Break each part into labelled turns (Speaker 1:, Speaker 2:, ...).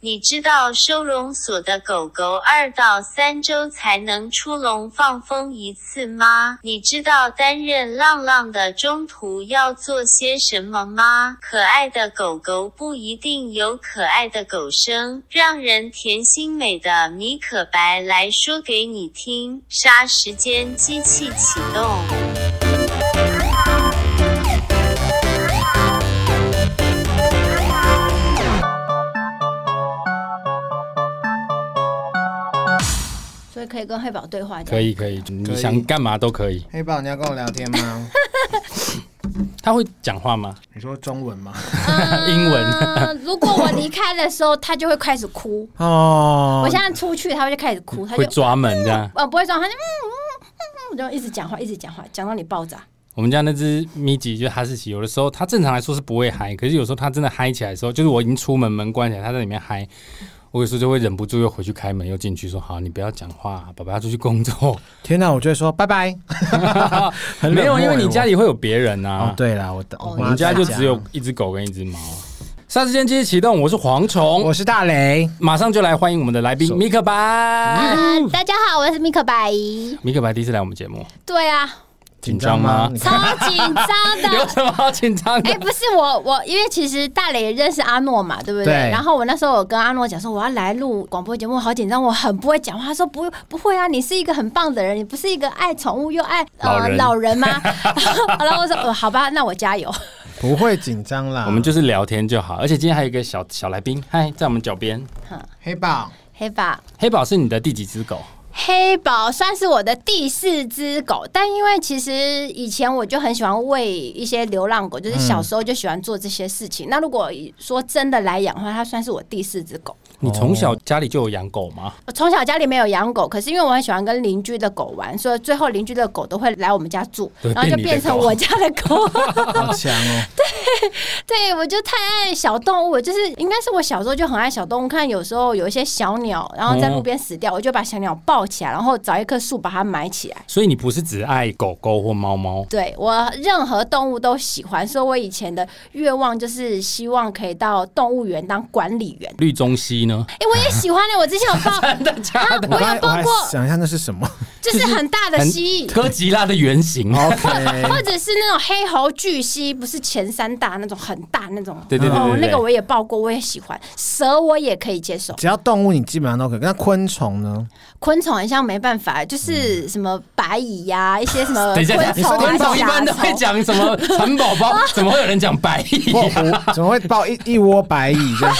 Speaker 1: 你知道收容所的狗狗二到三周才能出笼放风一次吗？你知道担任浪浪的中途要做些什么吗？可爱的狗狗不一定有可爱的狗生，让人甜心美的米可白来说给你听。杀时间机器启动。
Speaker 2: 所以可以跟黑宝对话。
Speaker 3: 可，以可以，
Speaker 4: 可
Speaker 3: 你
Speaker 4: 以
Speaker 3: 想干嘛都可以。
Speaker 4: 黑豹，你要跟我聊天 吗？
Speaker 3: 他会讲话吗？
Speaker 4: 你说中文吗？
Speaker 3: 英
Speaker 2: 文。如果我离开的时候，他就会开始哭。
Speaker 4: 哦
Speaker 2: 我现在出去，他就开始哭，他就
Speaker 3: 会抓门这样。
Speaker 2: 呃不会装，他就嗯嗯嗯嗯，就一直讲话，一直讲话，讲到你爆炸。
Speaker 3: 我们家那只咪吉就哈士奇，有的时候它正常来说是不会嗨，可是有时候它真的嗨起来的时候，就是我已经出门门关起来，它在里面嗨，我有时候就会忍不住又回去开门又进去说好，你不要讲话，爸爸要出去工作。
Speaker 4: 天哪，我就会说拜拜。很冷
Speaker 3: 没有，
Speaker 4: 漠
Speaker 3: 因为
Speaker 4: 欸
Speaker 3: 你
Speaker 4: 我
Speaker 3: 家里会有别人啊。
Speaker 4: 哦，，对啦，我的
Speaker 2: 哦
Speaker 3: 我们家就只有一只狗跟一只猫。霎时间机器启动，我是蝗虫，
Speaker 4: 我是大雷，
Speaker 3: 马上就来欢迎我们的来宾米可白。
Speaker 2: 嗯，大家好，我是米可白。
Speaker 3: 米可白第一次来我们节 目，
Speaker 2: 对啊，
Speaker 3: 紧张吗
Speaker 4: 你？看
Speaker 2: 超紧张
Speaker 3: 有
Speaker 2: 的。
Speaker 3: 什么好紧张
Speaker 2: 哎、
Speaker 3: 的？
Speaker 2: 不是我，我因为其实大磊也认识阿诺嘛，对不对？
Speaker 4: 对
Speaker 2: 然后我那时候我跟阿诺讲说我要来录广播节目，好紧张，我很不会讲话。他说不不会啊，你是一个很棒的人，你不是一个爱宠物又爱呃
Speaker 3: 老人
Speaker 2: 老人 吗？ 好了，我说、呃、好吧，那我加油。
Speaker 4: 不会紧张啦。
Speaker 3: 我们就是聊天就好，而且今天还有一个小小来宾，嗨，在我们脚边。
Speaker 4: 黑豹，
Speaker 2: 黑吧。
Speaker 3: 黑宝是你的第几只狗？
Speaker 2: 黑宝算是我的第四只狗，但因为其实以前我就很喜欢喂一些流浪狗，
Speaker 3: 嗯
Speaker 2: 就是小时候就喜欢做这些事情。那如果说真的来养的话，它算是我第四只狗。
Speaker 3: 你从小家里就有养狗吗？
Speaker 2: 我从小家里没有养狗，可是因为我很喜欢跟邻居的狗玩，所以最后邻居的狗都会来我们家住，
Speaker 3: 对
Speaker 2: 然后就
Speaker 3: 变
Speaker 2: 变
Speaker 3: 你的狗啊
Speaker 2: 成我家的狗。
Speaker 4: 好强 哦！
Speaker 2: 对，我就太爱小动物，就是应该是我小时候就很爱小动物。看有时候有一些小鸟，然后在路边死掉，我就把小鸟抱起来，然后找一棵树把它埋起来。
Speaker 3: 所以你不是只爱狗狗或猫猫，
Speaker 2: 对我任何动物都喜欢，所以我以前的愿望就是希望可以到动物园当管理员。
Speaker 3: 绿中西呢？
Speaker 2: 哎、我也喜欢呢，我之前有抱 啊，我
Speaker 4: 我
Speaker 2: 有
Speaker 4: 还我
Speaker 2: 抱
Speaker 4: 还
Speaker 2: 过，
Speaker 4: 想一下那是什么
Speaker 2: 就是很大的
Speaker 3: 很
Speaker 2: 蜥蜴。
Speaker 3: 哥吉拉的原型。哦
Speaker 4: ？OK，
Speaker 2: 或者是那种黑喉巨蜥，不是前三大那种很大那种，
Speaker 3: 对对对对
Speaker 2: 哦，
Speaker 3: 对
Speaker 2: 那个我也抱过，我也喜欢。蛇我也可以接受，
Speaker 4: 只要动物你基本上都可以。那昆 虫呢？
Speaker 2: 昆虫好像没办法，就是什么白蚁呀、一些什么
Speaker 3: 嗯 等一下，
Speaker 2: 昆
Speaker 3: 你
Speaker 2: 虫
Speaker 3: 说
Speaker 2: 啊、
Speaker 3: 昆虫一般都会
Speaker 2: 甲虫
Speaker 3: 讲 什么蚕宝宝，怎么会有人讲白蚁？
Speaker 4: 或虎怎么会抱一一窝白蚁 这样？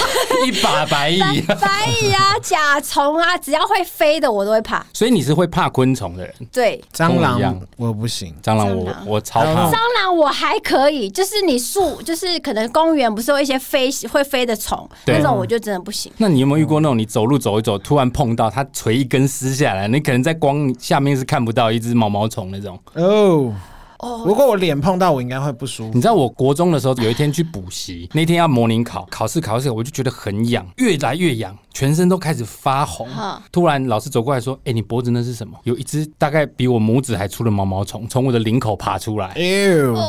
Speaker 3: 一把白蚁。
Speaker 2: 白蚁啊、甲虫啊，只要会飞的我都会怕。
Speaker 3: 所以你是会怕昆虫的人，
Speaker 2: 对，
Speaker 4: 蟑
Speaker 3: 跟我一
Speaker 4: 螂
Speaker 3: 样
Speaker 4: 我不行，
Speaker 3: 蟑螂
Speaker 2: 蟑
Speaker 3: 我
Speaker 2: 螂
Speaker 3: 我超怕
Speaker 4: 蟑。
Speaker 2: 蟑螂我还可以，就是你树，就是可能公园不是有一些飞会飞的虫，
Speaker 3: 对
Speaker 2: 那种我就真的不行。
Speaker 3: 那你有没有遇过那种你走路走一走，突然碰到它垂一根丝下来，你可能在光下面是看不到一只毛毛虫那种？
Speaker 4: 哦。
Speaker 2: 哦
Speaker 4: 如果我脸碰到，我应该会不舒服
Speaker 3: 你。知道我国中的时候有一天去补习，那天要模拟考，考试考试，我就觉得很痒，越来越痒，全身都开始发红
Speaker 2: 哈。
Speaker 3: 突然老师走过来说：“哎、你脖子那是什么？”有一只大概比我拇指还粗的毛毛虫从我的领口爬出来。
Speaker 4: 哎呦，
Speaker 2: 哇，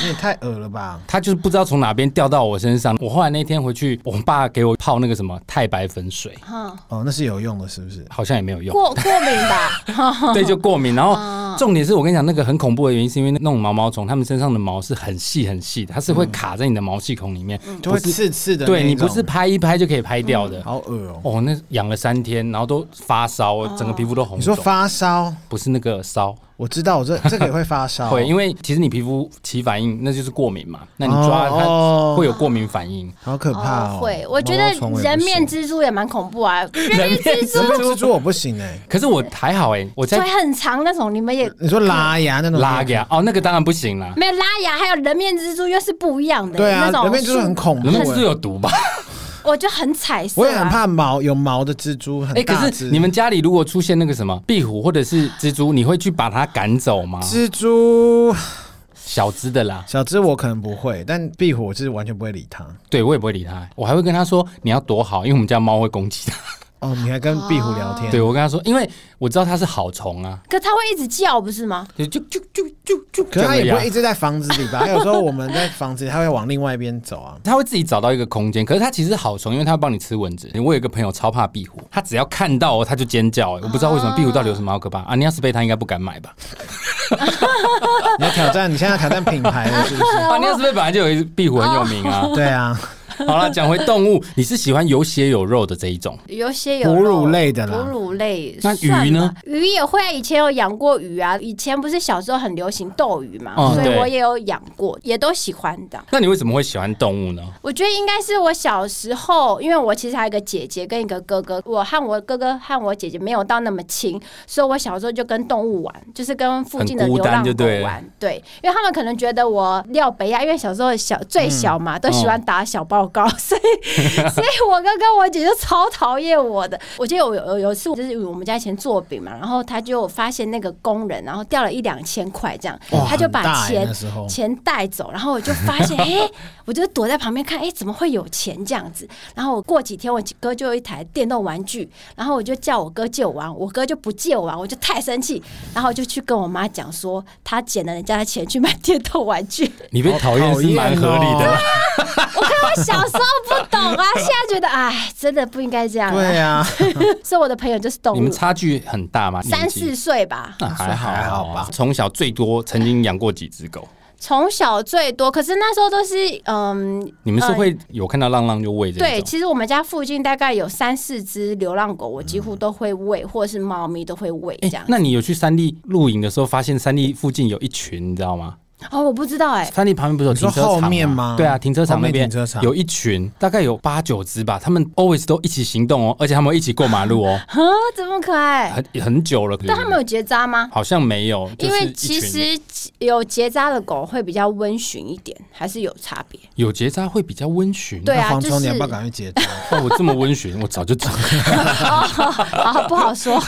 Speaker 4: 你也太恶了吧！
Speaker 3: 它就是不知道从哪边掉到我身上。我后来那天回去，我爸给我泡那个什么太白粉水，
Speaker 2: 哈，
Speaker 4: 哦，那是有用的，是不是？
Speaker 3: 好像也没有用。
Speaker 2: 过过敏啊吧？
Speaker 3: 对，就过敏。然后重点是我跟你讲，那个很恐怖的原因是因为那种毛毛虫，它们身上的毛是很细很细的，
Speaker 2: 嗯
Speaker 3: 它是会卡在你的毛细孔里面，
Speaker 4: 就会刺刺的那种。
Speaker 3: 对你不是拍一拍就可以拍掉的。
Speaker 4: 好恶哦。
Speaker 3: 哦，那养了三天，然后都发烧，整个皮肤都红
Speaker 4: 啊你说
Speaker 3: 肿。
Speaker 4: 发烧，
Speaker 3: 不是那个烧，
Speaker 4: 我知道，我这这个也会发 烧。
Speaker 3: 会因为其实你皮肤起反应，那就是过敏嘛。那你抓
Speaker 4: 哦哦
Speaker 3: 它会有过敏反应。
Speaker 4: 好可怕哦。
Speaker 2: 会，我觉得
Speaker 4: 毛毛虫也不行
Speaker 2: 人面蜘蛛也蛮恐怖 啊，
Speaker 3: 人面
Speaker 4: 人面蜘蛛我不行哎。
Speaker 3: 可是我还好哎，我
Speaker 2: 嘴
Speaker 3: 在
Speaker 2: 很长那种，你们也
Speaker 4: 你说拉牙那种
Speaker 3: 拉给它哦，那个当然不行啦。
Speaker 2: 没有拉牙，还有人面蜘蛛又是不一样的，
Speaker 4: 对啊，
Speaker 2: 那种
Speaker 4: 人面蜘蛛很恐怖
Speaker 3: 人面蜘蛛
Speaker 4: 欸。
Speaker 3: 有毒吧？
Speaker 2: 我就很彩色、啊，
Speaker 4: 我也很怕毛有毛的蜘蛛，
Speaker 3: 哎，
Speaker 4: 很大
Speaker 3: 可
Speaker 4: 只
Speaker 3: 是你们家里如果出现那个什么壁虎或者是蜘蛛，你会去把它赶走吗？
Speaker 4: 蜘蛛
Speaker 3: 小只的啦，
Speaker 4: 小只我可能不会，但壁虎我就是完全不会理它。
Speaker 3: 对我也不会理它，我还会跟它说你要躲好，因为我们家猫会攻击它。
Speaker 4: 哦，你还跟壁虎聊天？
Speaker 3: 哦对，我跟他说，因为我知道它是好虫啊，
Speaker 2: 可它会一直叫，不是吗？
Speaker 3: 就就就就就就
Speaker 4: 可
Speaker 3: 这
Speaker 4: 是
Speaker 3: 样
Speaker 4: 它
Speaker 3: 而已
Speaker 4: 也
Speaker 3: 啊
Speaker 4: 不会一直在房子里吧？它有时候我们在房子里，它会往另外一边走啊。
Speaker 3: 它会自己找到一个空间，可是它其实好虫，因为它会帮你吃蚊子。我有一个朋友超怕壁虎，他只要看到哦，他就尖叫、我不知道为什么壁虎到底有什么好可怕啊！你要是被它应该不敢买吧？
Speaker 4: 你要挑战，你现在挑战品牌了是 不是？
Speaker 3: 啊，你要是被本来就有一只壁虎很有名啊。
Speaker 4: 对啊，
Speaker 3: 好了，讲回动物，你是喜欢有血有肉的这一种，
Speaker 2: 有些有
Speaker 4: 哺乳
Speaker 2: 肉
Speaker 4: 类的啦
Speaker 2: 哺乳类。
Speaker 3: 那
Speaker 2: 算
Speaker 3: 鱼呢
Speaker 2: 吧？鱼也会啊，以前有养过鱼啊。以前不是小时候很流行斗鱼嘛，
Speaker 3: 嗯
Speaker 2: 所以
Speaker 3: 对
Speaker 2: 我也有养过，也都喜欢的。
Speaker 3: 那你为什么会喜欢动物呢？
Speaker 2: 我觉得应该是我小时候，因为我其实还有一个姐姐跟一个哥哥，我和我哥哥和我姐姐没有到那么亲，所以我小时候就跟动物玩，就是跟附近的
Speaker 3: 很孤
Speaker 2: 流
Speaker 3: 单
Speaker 2: 浪
Speaker 3: 就
Speaker 2: 狗
Speaker 3: 对了
Speaker 2: 玩。对，因为他们可能觉得我廖北亚，因为小时候小最
Speaker 3: 嗯
Speaker 2: 小嘛，都
Speaker 3: 哦
Speaker 2: 喜欢打小报告， 所以 所以我哥跟我姐就超讨厌我的。我记得有有有一次，就是我们家以前做饼嘛，然后他就发现那个工人，然后掉了一两千块这样，
Speaker 4: 哇
Speaker 2: 他就
Speaker 4: 很大
Speaker 2: 把
Speaker 4: 欸
Speaker 2: 钱
Speaker 4: 那时候
Speaker 2: 钱带走，然后我就发 现，哎、我就躲在旁边看，哎、怎么会有钱这样子？然后我过几天，我哥就有一台电动玩具，然后我就叫我哥借我玩，我哥就不借我玩，我就太生气，然后我就去跟我妈讲说，他捡了人家的钱去买电动玩具。
Speaker 3: 你被讨厌是蛮合理
Speaker 4: 哦
Speaker 3: 的啦。
Speaker 2: 我看我小时候不懂啊，现在觉得，哎，真的不应该这样、
Speaker 4: 对
Speaker 2: 啊。
Speaker 4: 啊，
Speaker 2: 所以我的朋友就是动
Speaker 3: 你们
Speaker 2: 物，
Speaker 3: 差距很大吗？
Speaker 2: 三
Speaker 3: 年纪
Speaker 2: 四岁吧，
Speaker 3: 那还好啊
Speaker 4: 还好吧
Speaker 3: 从小最多曾经养过几只狗，
Speaker 2: 从小最多，可是那时候都是嗯。
Speaker 3: 你们是
Speaker 2: 呃
Speaker 3: 会有看到浪浪就喂这
Speaker 2: 对，
Speaker 3: 种？
Speaker 2: 其实我们家附近大概有三四只流浪狗，
Speaker 3: 嗯
Speaker 2: 我几乎都会喂，或者是猫咪都会喂这样。
Speaker 3: 那你有去山地露营的时候，发现山地附近有一群，你知道吗？
Speaker 2: 哦，我不知道哎、
Speaker 3: 山地旁边不是有停车
Speaker 4: 你说
Speaker 3: 场
Speaker 4: 后面吗
Speaker 3: 对啊，停车场那边
Speaker 4: 后面停车场
Speaker 3: 有一群，大概有八九只吧。他们 always 都一起行动哦，而且他们会一起过马 路哦，
Speaker 2: 啊，怎么可爱？
Speaker 3: 很很久了。
Speaker 2: 哎但他们有结扎吗？
Speaker 3: 好像没有，就
Speaker 2: 因
Speaker 3: 是
Speaker 2: 为
Speaker 3: 一
Speaker 2: 其
Speaker 3: 群
Speaker 2: 实有结扎的狗会比较温驯一点，还是有差别。
Speaker 3: 有结扎会比较温 驯。
Speaker 2: 对啊
Speaker 4: 那黄
Speaker 2: 就
Speaker 4: 忠，
Speaker 2: 是
Speaker 4: 你要不要赶快解决？
Speaker 3: 哇，我这么温驯，我早就知道。
Speaker 2: 啊，不好 说。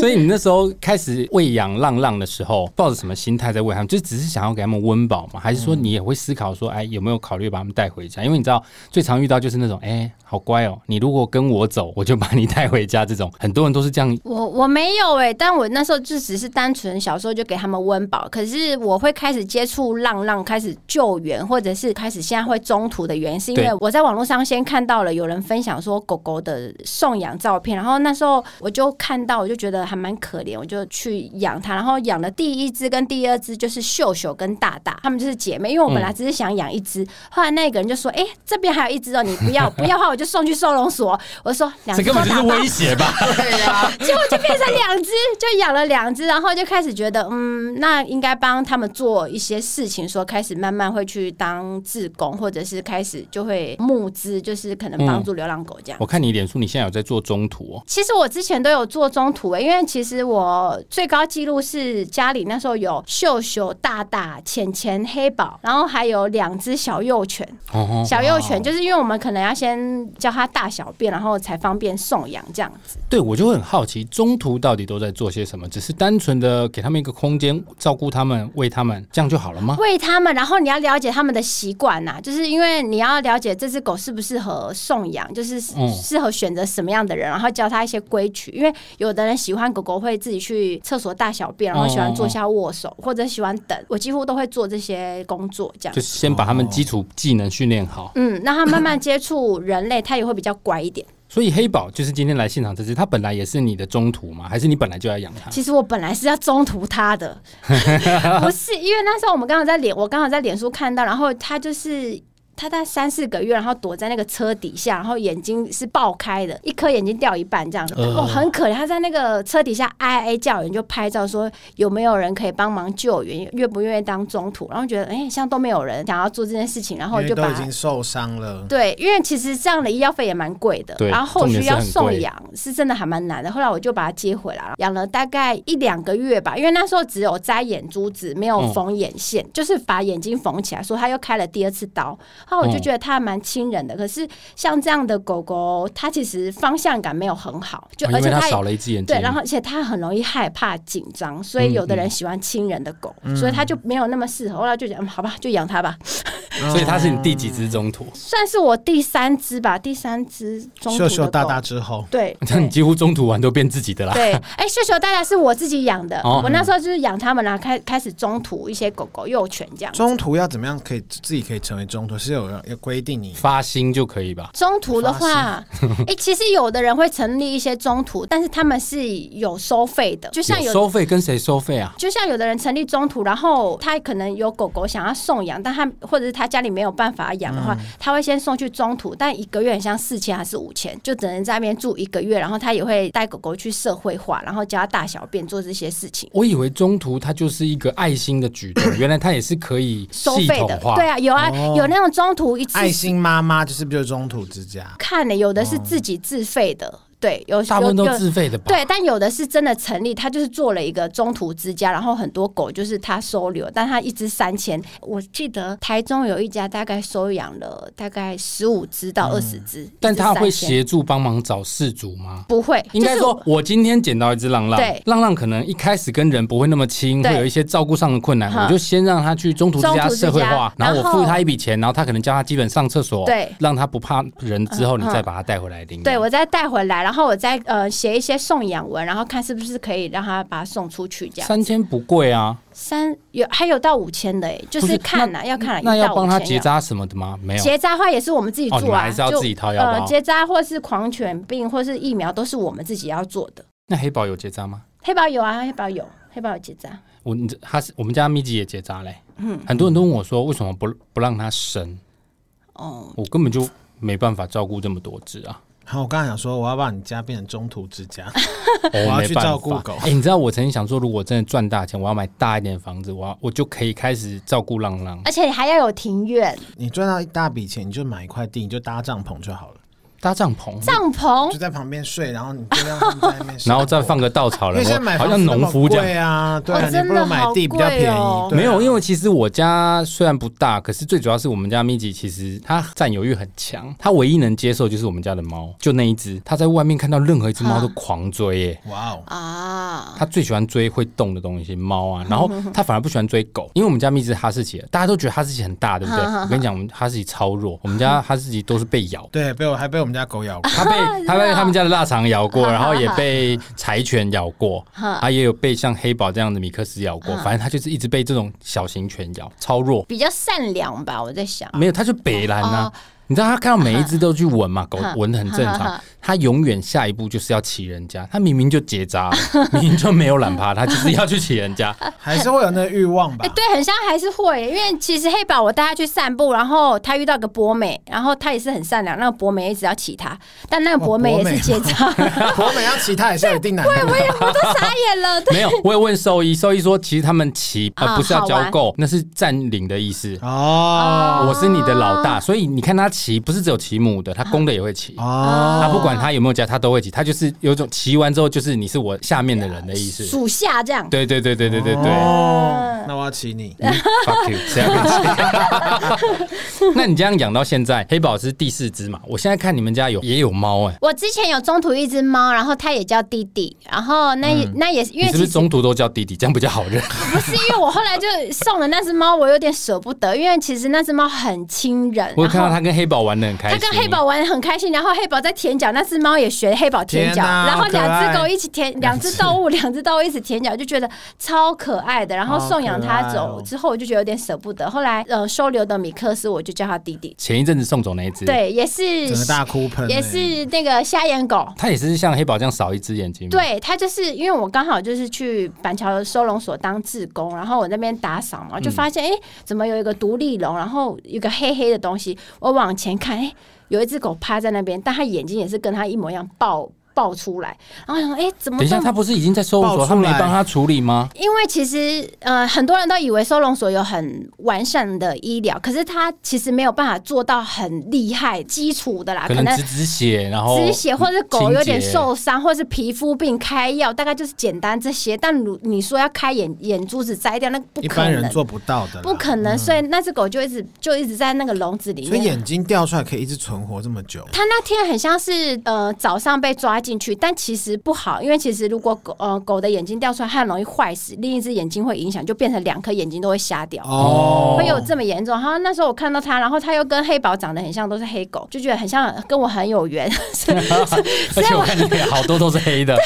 Speaker 3: 所以你那时候开始喂养浪浪的时候，抱着什么心态在喂他们？就只是想要给他们温饱吗？还是说你也会思考说，哎，有没有考虑把他们带回家？因为你知道，最常遇到就是那种，哎，好乖哦，你如果跟我走，我就把你带回家。这种很多人都是这样。
Speaker 2: 我我没有哎、但我那时候就只是单纯小时候就给他们温饱。可是我会开始接触浪浪，开始救援，或者是开始现在会中途的原因，是因为
Speaker 3: 对
Speaker 2: 我在网络上先看到了有人分享说狗狗的送养照片，然后那时候我就看到，我就觉得还蛮可怜，我就去养它。然后养了第一只跟第二只就是秀秀跟大大，它们就是姐妹，因为我
Speaker 3: 嗯
Speaker 2: 本来只是想养一只，后来那个人就说：“哎、这边还有一只哦，你不要不要的话，我就送去收容所。”我说：“两
Speaker 3: 这
Speaker 2: 只
Speaker 3: 根
Speaker 2: 都
Speaker 3: 本就是
Speaker 2: 打包
Speaker 3: 威胁吧？
Speaker 2: 结果就变成两只，就养了两只，然后就开始觉得，嗯，那应该帮他们做一些事情，说开始慢慢会去当志工，或者是开始就会募资，就是可能帮助流浪狗这样。
Speaker 3: 我看你脸书，你现在有在做中途哦。
Speaker 2: 其实我之前都有做中途、欸，因为其实我最高记录是家里那时候有秀秀、大大、浅浅、黑宝，然后还有两只小幼犬。
Speaker 3: 哦，
Speaker 2: 小幼犬就是因为我们可能要先教它大小便，然后才方便送养这样子。
Speaker 3: 对，我就会很好奇，中途到底都在做些什么？只是单纯的给他们一个空间，照顾他们，喂他们，这样就好了吗？
Speaker 2: 喂他们，然后你要了解他们的习惯呐，就是因为你要了解这只狗适不适合送养，就是
Speaker 3: 嗯
Speaker 2: 适合选择什么样的人，然后教它一些规矩。因为有的人喜欢狗狗会自己去厕所大小便，然后喜欢坐下握
Speaker 3: 哦
Speaker 2: 手，或者喜欢等。我几乎都会做这些工作，这样
Speaker 3: 就。先把他们基础技能训练好。
Speaker 2: 嗯，让它慢慢接触人类，它也会比较乖一点。
Speaker 3: 所以黑宝就是今天来现场这只，它本来也是你的中途吗？还是你本来就要养它？
Speaker 2: 其实我本来是要中途他的， 不是因为那时候我们刚好在脸，我刚好在脸书看到，然后他就是。他大概三四个月，然后躲在那个车底下，然后眼睛是爆开的，一颗眼睛掉一半这样
Speaker 4: 呃
Speaker 2: 子，哦，很可怜。他在那个车底下哀哀叫，人就拍照说有没有人可以帮忙救援，愿不愿意当中途？然后觉得哎、像都没有人想要做这件事 情，然后我
Speaker 4: 因为
Speaker 2: 就
Speaker 4: 都
Speaker 2: 把
Speaker 4: 已经受伤了。
Speaker 2: 对，因为其实这样的医药费也蛮贵的，
Speaker 3: 对
Speaker 2: 然后后续要
Speaker 3: 重
Speaker 2: 送
Speaker 3: 点是
Speaker 2: 养是真的还蛮难的。后来我就把它接回来了，养了大概一两个月吧，因为那时候只
Speaker 3: 嗯
Speaker 2: 有摘眼珠子，没有缝眼线，就是把眼睛缝起来。说他又开了第二次刀，后来我就觉得它还蛮亲人的。可是像这样的狗狗，它其实方向感没有很好，就
Speaker 3: 哦
Speaker 2: 而
Speaker 3: 因
Speaker 2: 且
Speaker 3: 为它
Speaker 2: 它也
Speaker 3: 少了一只眼睛，
Speaker 2: 对，然后而且它很容易害怕、紧张，所以有的人喜欢亲人的狗，
Speaker 3: 嗯
Speaker 2: 所以它就没有那么适合。后来就讲，嗯，好吧，就养它吧。
Speaker 3: 所以它是你第几只中途？
Speaker 2: 算是我第三只吧，第三只中途
Speaker 4: 秀
Speaker 2: 的
Speaker 4: 秀大
Speaker 2: 狗
Speaker 4: 大之后，
Speaker 2: 对，
Speaker 3: 那你几乎中途完都变自己的啦。
Speaker 2: 对，哎、秀秀大大是我自己养的，
Speaker 3: 哦
Speaker 2: 我
Speaker 4: 嗯
Speaker 2: 那时候就是养它们啦，开开始中途一些狗狗幼犬这样。
Speaker 4: 中途要怎么样可以自己可以成为中途？是有要要规定你
Speaker 3: 发心就可以吧？
Speaker 2: 中途的 话，哎、其实有的人会成立一些中途，但是他们是有收费的，就像
Speaker 3: 有
Speaker 2: 有。
Speaker 3: 收费跟谁收费啊？
Speaker 2: 就像有的人成立中途，然后他可能有狗狗想要送养，但他或者是他家里没有办法养的话，
Speaker 3: 嗯
Speaker 2: 他会先送去中途，但一个月很像四千还是五千，就只能在那边住一个月，然后他也会带狗狗去社会化，然后教它大小便做这些事情。
Speaker 3: 我以为中途它就是一个爱心的举 动，原来它也是可以
Speaker 2: 收
Speaker 3: 系
Speaker 2: 费
Speaker 3: 统
Speaker 2: 的，
Speaker 3: 化。哦
Speaker 2: 对啊，有啊，有那种中途一次
Speaker 4: 爱心妈妈，就是不就是中途之家？
Speaker 2: 看的，有的是自己自费的，对，有
Speaker 3: 嗯大部分都
Speaker 2: 有有
Speaker 3: 自费的吧？
Speaker 2: 对，但有的是真的成立，他就是做了一个中途之家，然后很多狗就是他收留，但他一只三千。我记得台中有一家大概收养了大概十五只到二十只，
Speaker 3: 嗯但
Speaker 2: 一只
Speaker 3: 它会
Speaker 2: 3000
Speaker 3: 协助帮忙找事主吗？
Speaker 2: 不会？
Speaker 3: 应 该
Speaker 2: 就
Speaker 3: 说
Speaker 2: 是，
Speaker 3: 我今天捡到一只浪浪
Speaker 2: 对，
Speaker 3: 浪浪可能一开始跟人不会那么亲，
Speaker 2: 对
Speaker 3: 会有一些照顾上的困难，
Speaker 2: 哈
Speaker 3: 我就先让他去中途之
Speaker 2: 中
Speaker 3: 家
Speaker 2: 途之家
Speaker 3: 社会化，然后
Speaker 2: 然
Speaker 3: 我
Speaker 2: 后
Speaker 3: 付他一笔钱，然后他可能教他基本上厕所，
Speaker 2: 对
Speaker 3: 让他不怕人之后，
Speaker 2: 嗯
Speaker 3: 你再把他带回来领养。
Speaker 2: 对，我再带回来，然后我再呃写一些送养文，然后看是不是可以让他把它送出去，这样
Speaker 3: 三千不贵啊，
Speaker 2: 三有还有到五千的哎，就
Speaker 3: 不是
Speaker 2: 是看呐、要看啦
Speaker 3: 那
Speaker 2: 一到
Speaker 3: 要帮
Speaker 2: 五
Speaker 3: 他
Speaker 2: 千
Speaker 3: 结
Speaker 2: 要
Speaker 3: 扎什么的吗？没有，
Speaker 2: 结扎话也是我们自己
Speaker 3: 哦你
Speaker 2: 做
Speaker 3: 们
Speaker 2: 啊，
Speaker 3: 还是要
Speaker 2: 就
Speaker 3: 自己掏腰包
Speaker 2: 呃，结扎或是狂犬病或是疫苗都是我们自己要做的。
Speaker 3: 那黑宝有结扎吗？
Speaker 2: 黑宝有啊，黑宝有，黑宝有结扎。
Speaker 3: 我你这他是我们家咪吉也结扎嘞，
Speaker 2: 嗯
Speaker 3: 很多人都问我说为什么不不让他生，
Speaker 2: 哦，
Speaker 3: 我根本就没办法照顾这么多只啊。
Speaker 4: 然后我刚才想说，我要把你家变成中途 之家，
Speaker 3: 我
Speaker 4: 我要去
Speaker 3: 哦没办
Speaker 4: 照顾
Speaker 3: 法
Speaker 4: 狗
Speaker 3: 哎、你知道我曾经想说，如果真的赚大钱，我要买大一点的房子，我要我就可以开始照顾浪浪。
Speaker 2: 而且还要有庭院、
Speaker 4: 你赚到一大笔钱，你就买一块地，你就搭帐篷就好了，
Speaker 3: 搭帐篷，
Speaker 2: 帐篷
Speaker 4: 就，在旁边睡，然后你就让他们在那 边生活，
Speaker 3: 然后再放个稻草
Speaker 4: 因为
Speaker 3: 人
Speaker 4: 现在，买
Speaker 3: 好
Speaker 4: 房
Speaker 3: 像
Speaker 4: 子那么
Speaker 3: 农夫这样。
Speaker 4: 贵啊，对啊，
Speaker 2: 哦真
Speaker 4: 你
Speaker 2: 的
Speaker 4: 不如买地比较便宜。
Speaker 2: 好贵哦
Speaker 4: 对啊
Speaker 3: 没有，因为其实我家虽然不大，可是最主要是我们家咪吉其实它占有欲很强，它唯一能接受就是我们家的猫，就那一只，它在外面看到任何一只猫都狂追耶、
Speaker 4: 哇
Speaker 3: 嗯
Speaker 4: 哦，，
Speaker 2: 啊，
Speaker 3: 他最喜欢追会动的东西，猫啊，然后他反而不喜欢追狗，因为我们家蜜是哈士奇，大家都觉得哈士奇很大，对不对？我跟你讲，我们哈士奇超弱，我们家哈士奇都是被咬
Speaker 4: 对，被我还被我们家狗咬过，
Speaker 3: 它被它被他们家的腊肠咬过，然后也被柴犬咬过，啊，也有被像黑宝这样的米克斯咬过，反正它就是一直被这种小型犬咬，超弱，
Speaker 2: 比较善良吧，我在想。
Speaker 3: 没有，它就北蓝啊。你知道它看到每一只都去闻嘛？狗闻的很正
Speaker 2: 哈哈
Speaker 3: 常
Speaker 2: 哈，
Speaker 3: 它永远下一步就是要骑人家。它明明就结扎了，明明就没有懒趴，它就是要去骑人家。
Speaker 4: 还是会有那个欲望吧
Speaker 2: 哎、。对，很像还是会，因为其实黑宝我带他去散步，然后他遇到个博美，然后他也是很善良，那个博美一直要骑他，但那个博美也是结
Speaker 3: 哦
Speaker 2: 扎，
Speaker 4: 国美要骑它也是有一定难度，
Speaker 2: 我都傻眼 了。对
Speaker 3: 没有，我也问兽医，兽医说其实他们骑
Speaker 2: 啊
Speaker 3: 呃不是要
Speaker 2: 好
Speaker 3: 交
Speaker 2: 玩
Speaker 3: 够，那是占领的意思。
Speaker 4: 哦
Speaker 3: 我是你的老大，所以你看他骑，不是只有骑母的，他公的也会骑。
Speaker 4: 哦，
Speaker 3: 他不管他有没有家，他都会骑。他就是有一种骑完之后，就是你是我下面的人的意思。
Speaker 2: 属下这样，
Speaker 3: 对对对对对对对
Speaker 4: 哦，那我要骑你，
Speaker 3: ，fuck you，谁要跟你骑 那你这样养到现在，黑宝是第四只嘛？我现在看你们家有也有猫哎，
Speaker 2: 我之前有中途一只猫，然后它也叫弟弟，然后那也、那也是因
Speaker 3: 嗯
Speaker 2: 为
Speaker 3: 你是
Speaker 2: 其
Speaker 3: 不
Speaker 2: 实
Speaker 3: 是中途都叫弟弟，这样比较好 认？
Speaker 2: 不是因为我后来就送了那只猫，我有点舍不得，因为其实那只猫很亲人。
Speaker 3: 我有看到
Speaker 2: 然后
Speaker 3: 他跟黑宝玩的很开
Speaker 2: 它
Speaker 3: 心。
Speaker 2: 跟黑宝玩得很开心，然后黑宝在舔脚，那只猫也学黑宝舔脚，
Speaker 4: 天哪
Speaker 2: 然后两只
Speaker 4: 好可
Speaker 2: 狗
Speaker 4: 爱
Speaker 2: 一起舔，两只动物， 两只动物一起舔脚，就觉得超可爱的。然后送养它
Speaker 4: 好可爱
Speaker 2: 走
Speaker 4: 哦
Speaker 2: 之后，我就觉得有点舍不得。后来呃，收留的米克斯，我就叫它弟弟。
Speaker 3: 前一阵子送走那一只，
Speaker 2: 对，也是
Speaker 4: 整个大哭盆欸
Speaker 2: 也是那个瞎眼狗，
Speaker 3: 它也是像黑宝这样少一只眼睛吗。
Speaker 2: 对他就是因为我刚好就是去板桥收容所当志工，然后我那边打扫
Speaker 3: 嗯
Speaker 2: 嘛，就发现哎、诶怎么有一个独立笼，然后有一个黑黑的东西，我往前看，哎、有一只狗趴在那边，但它眼睛也是跟它一模一样爆。爆出来，然后想说，哎、怎么
Speaker 3: 等一下，
Speaker 2: 办
Speaker 3: 他不是已经在收容所，
Speaker 4: 爆
Speaker 3: 他
Speaker 4: 出
Speaker 3: 没
Speaker 4: 来
Speaker 3: 帮他处理吗？
Speaker 2: 因为其实呃，很多人都以为收容所有很完善的医疗，可是它其实没有办法做到很厉害基础的啦，
Speaker 3: 可
Speaker 2: 啊可
Speaker 3: 能
Speaker 2: 能
Speaker 3: 止止血，然
Speaker 4: 哦
Speaker 3: 后
Speaker 2: 止血或者狗
Speaker 3: 清
Speaker 2: 有点
Speaker 3: 洁
Speaker 2: 受伤，或是皮肤病开药，大概就是简单这些。但如你说要开眼眼珠子摘掉，那不
Speaker 4: 一
Speaker 2: 可
Speaker 4: 般
Speaker 2: 能
Speaker 4: 人，做不到的啦，
Speaker 2: 不可能。所以那只狗就一直就一直在那个笼子里
Speaker 4: 所以
Speaker 2: 面。
Speaker 4: 眼睛掉出来可以一直存活这么久，
Speaker 2: 它那天很像是呃早上被抓进去，但其实不好，因为其实如果狗呃狗的眼睛掉出来，它很容易坏死，另一只眼睛会影响，就变成两颗眼睛都会瞎掉。
Speaker 4: 哦
Speaker 2: 会有这么严重？然后那时候我看到它，然后它又跟黑宝长得很像，都是黑狗，就觉得很像，跟我很有缘。 所以
Speaker 3: 而且我看你脸好多都是黑的，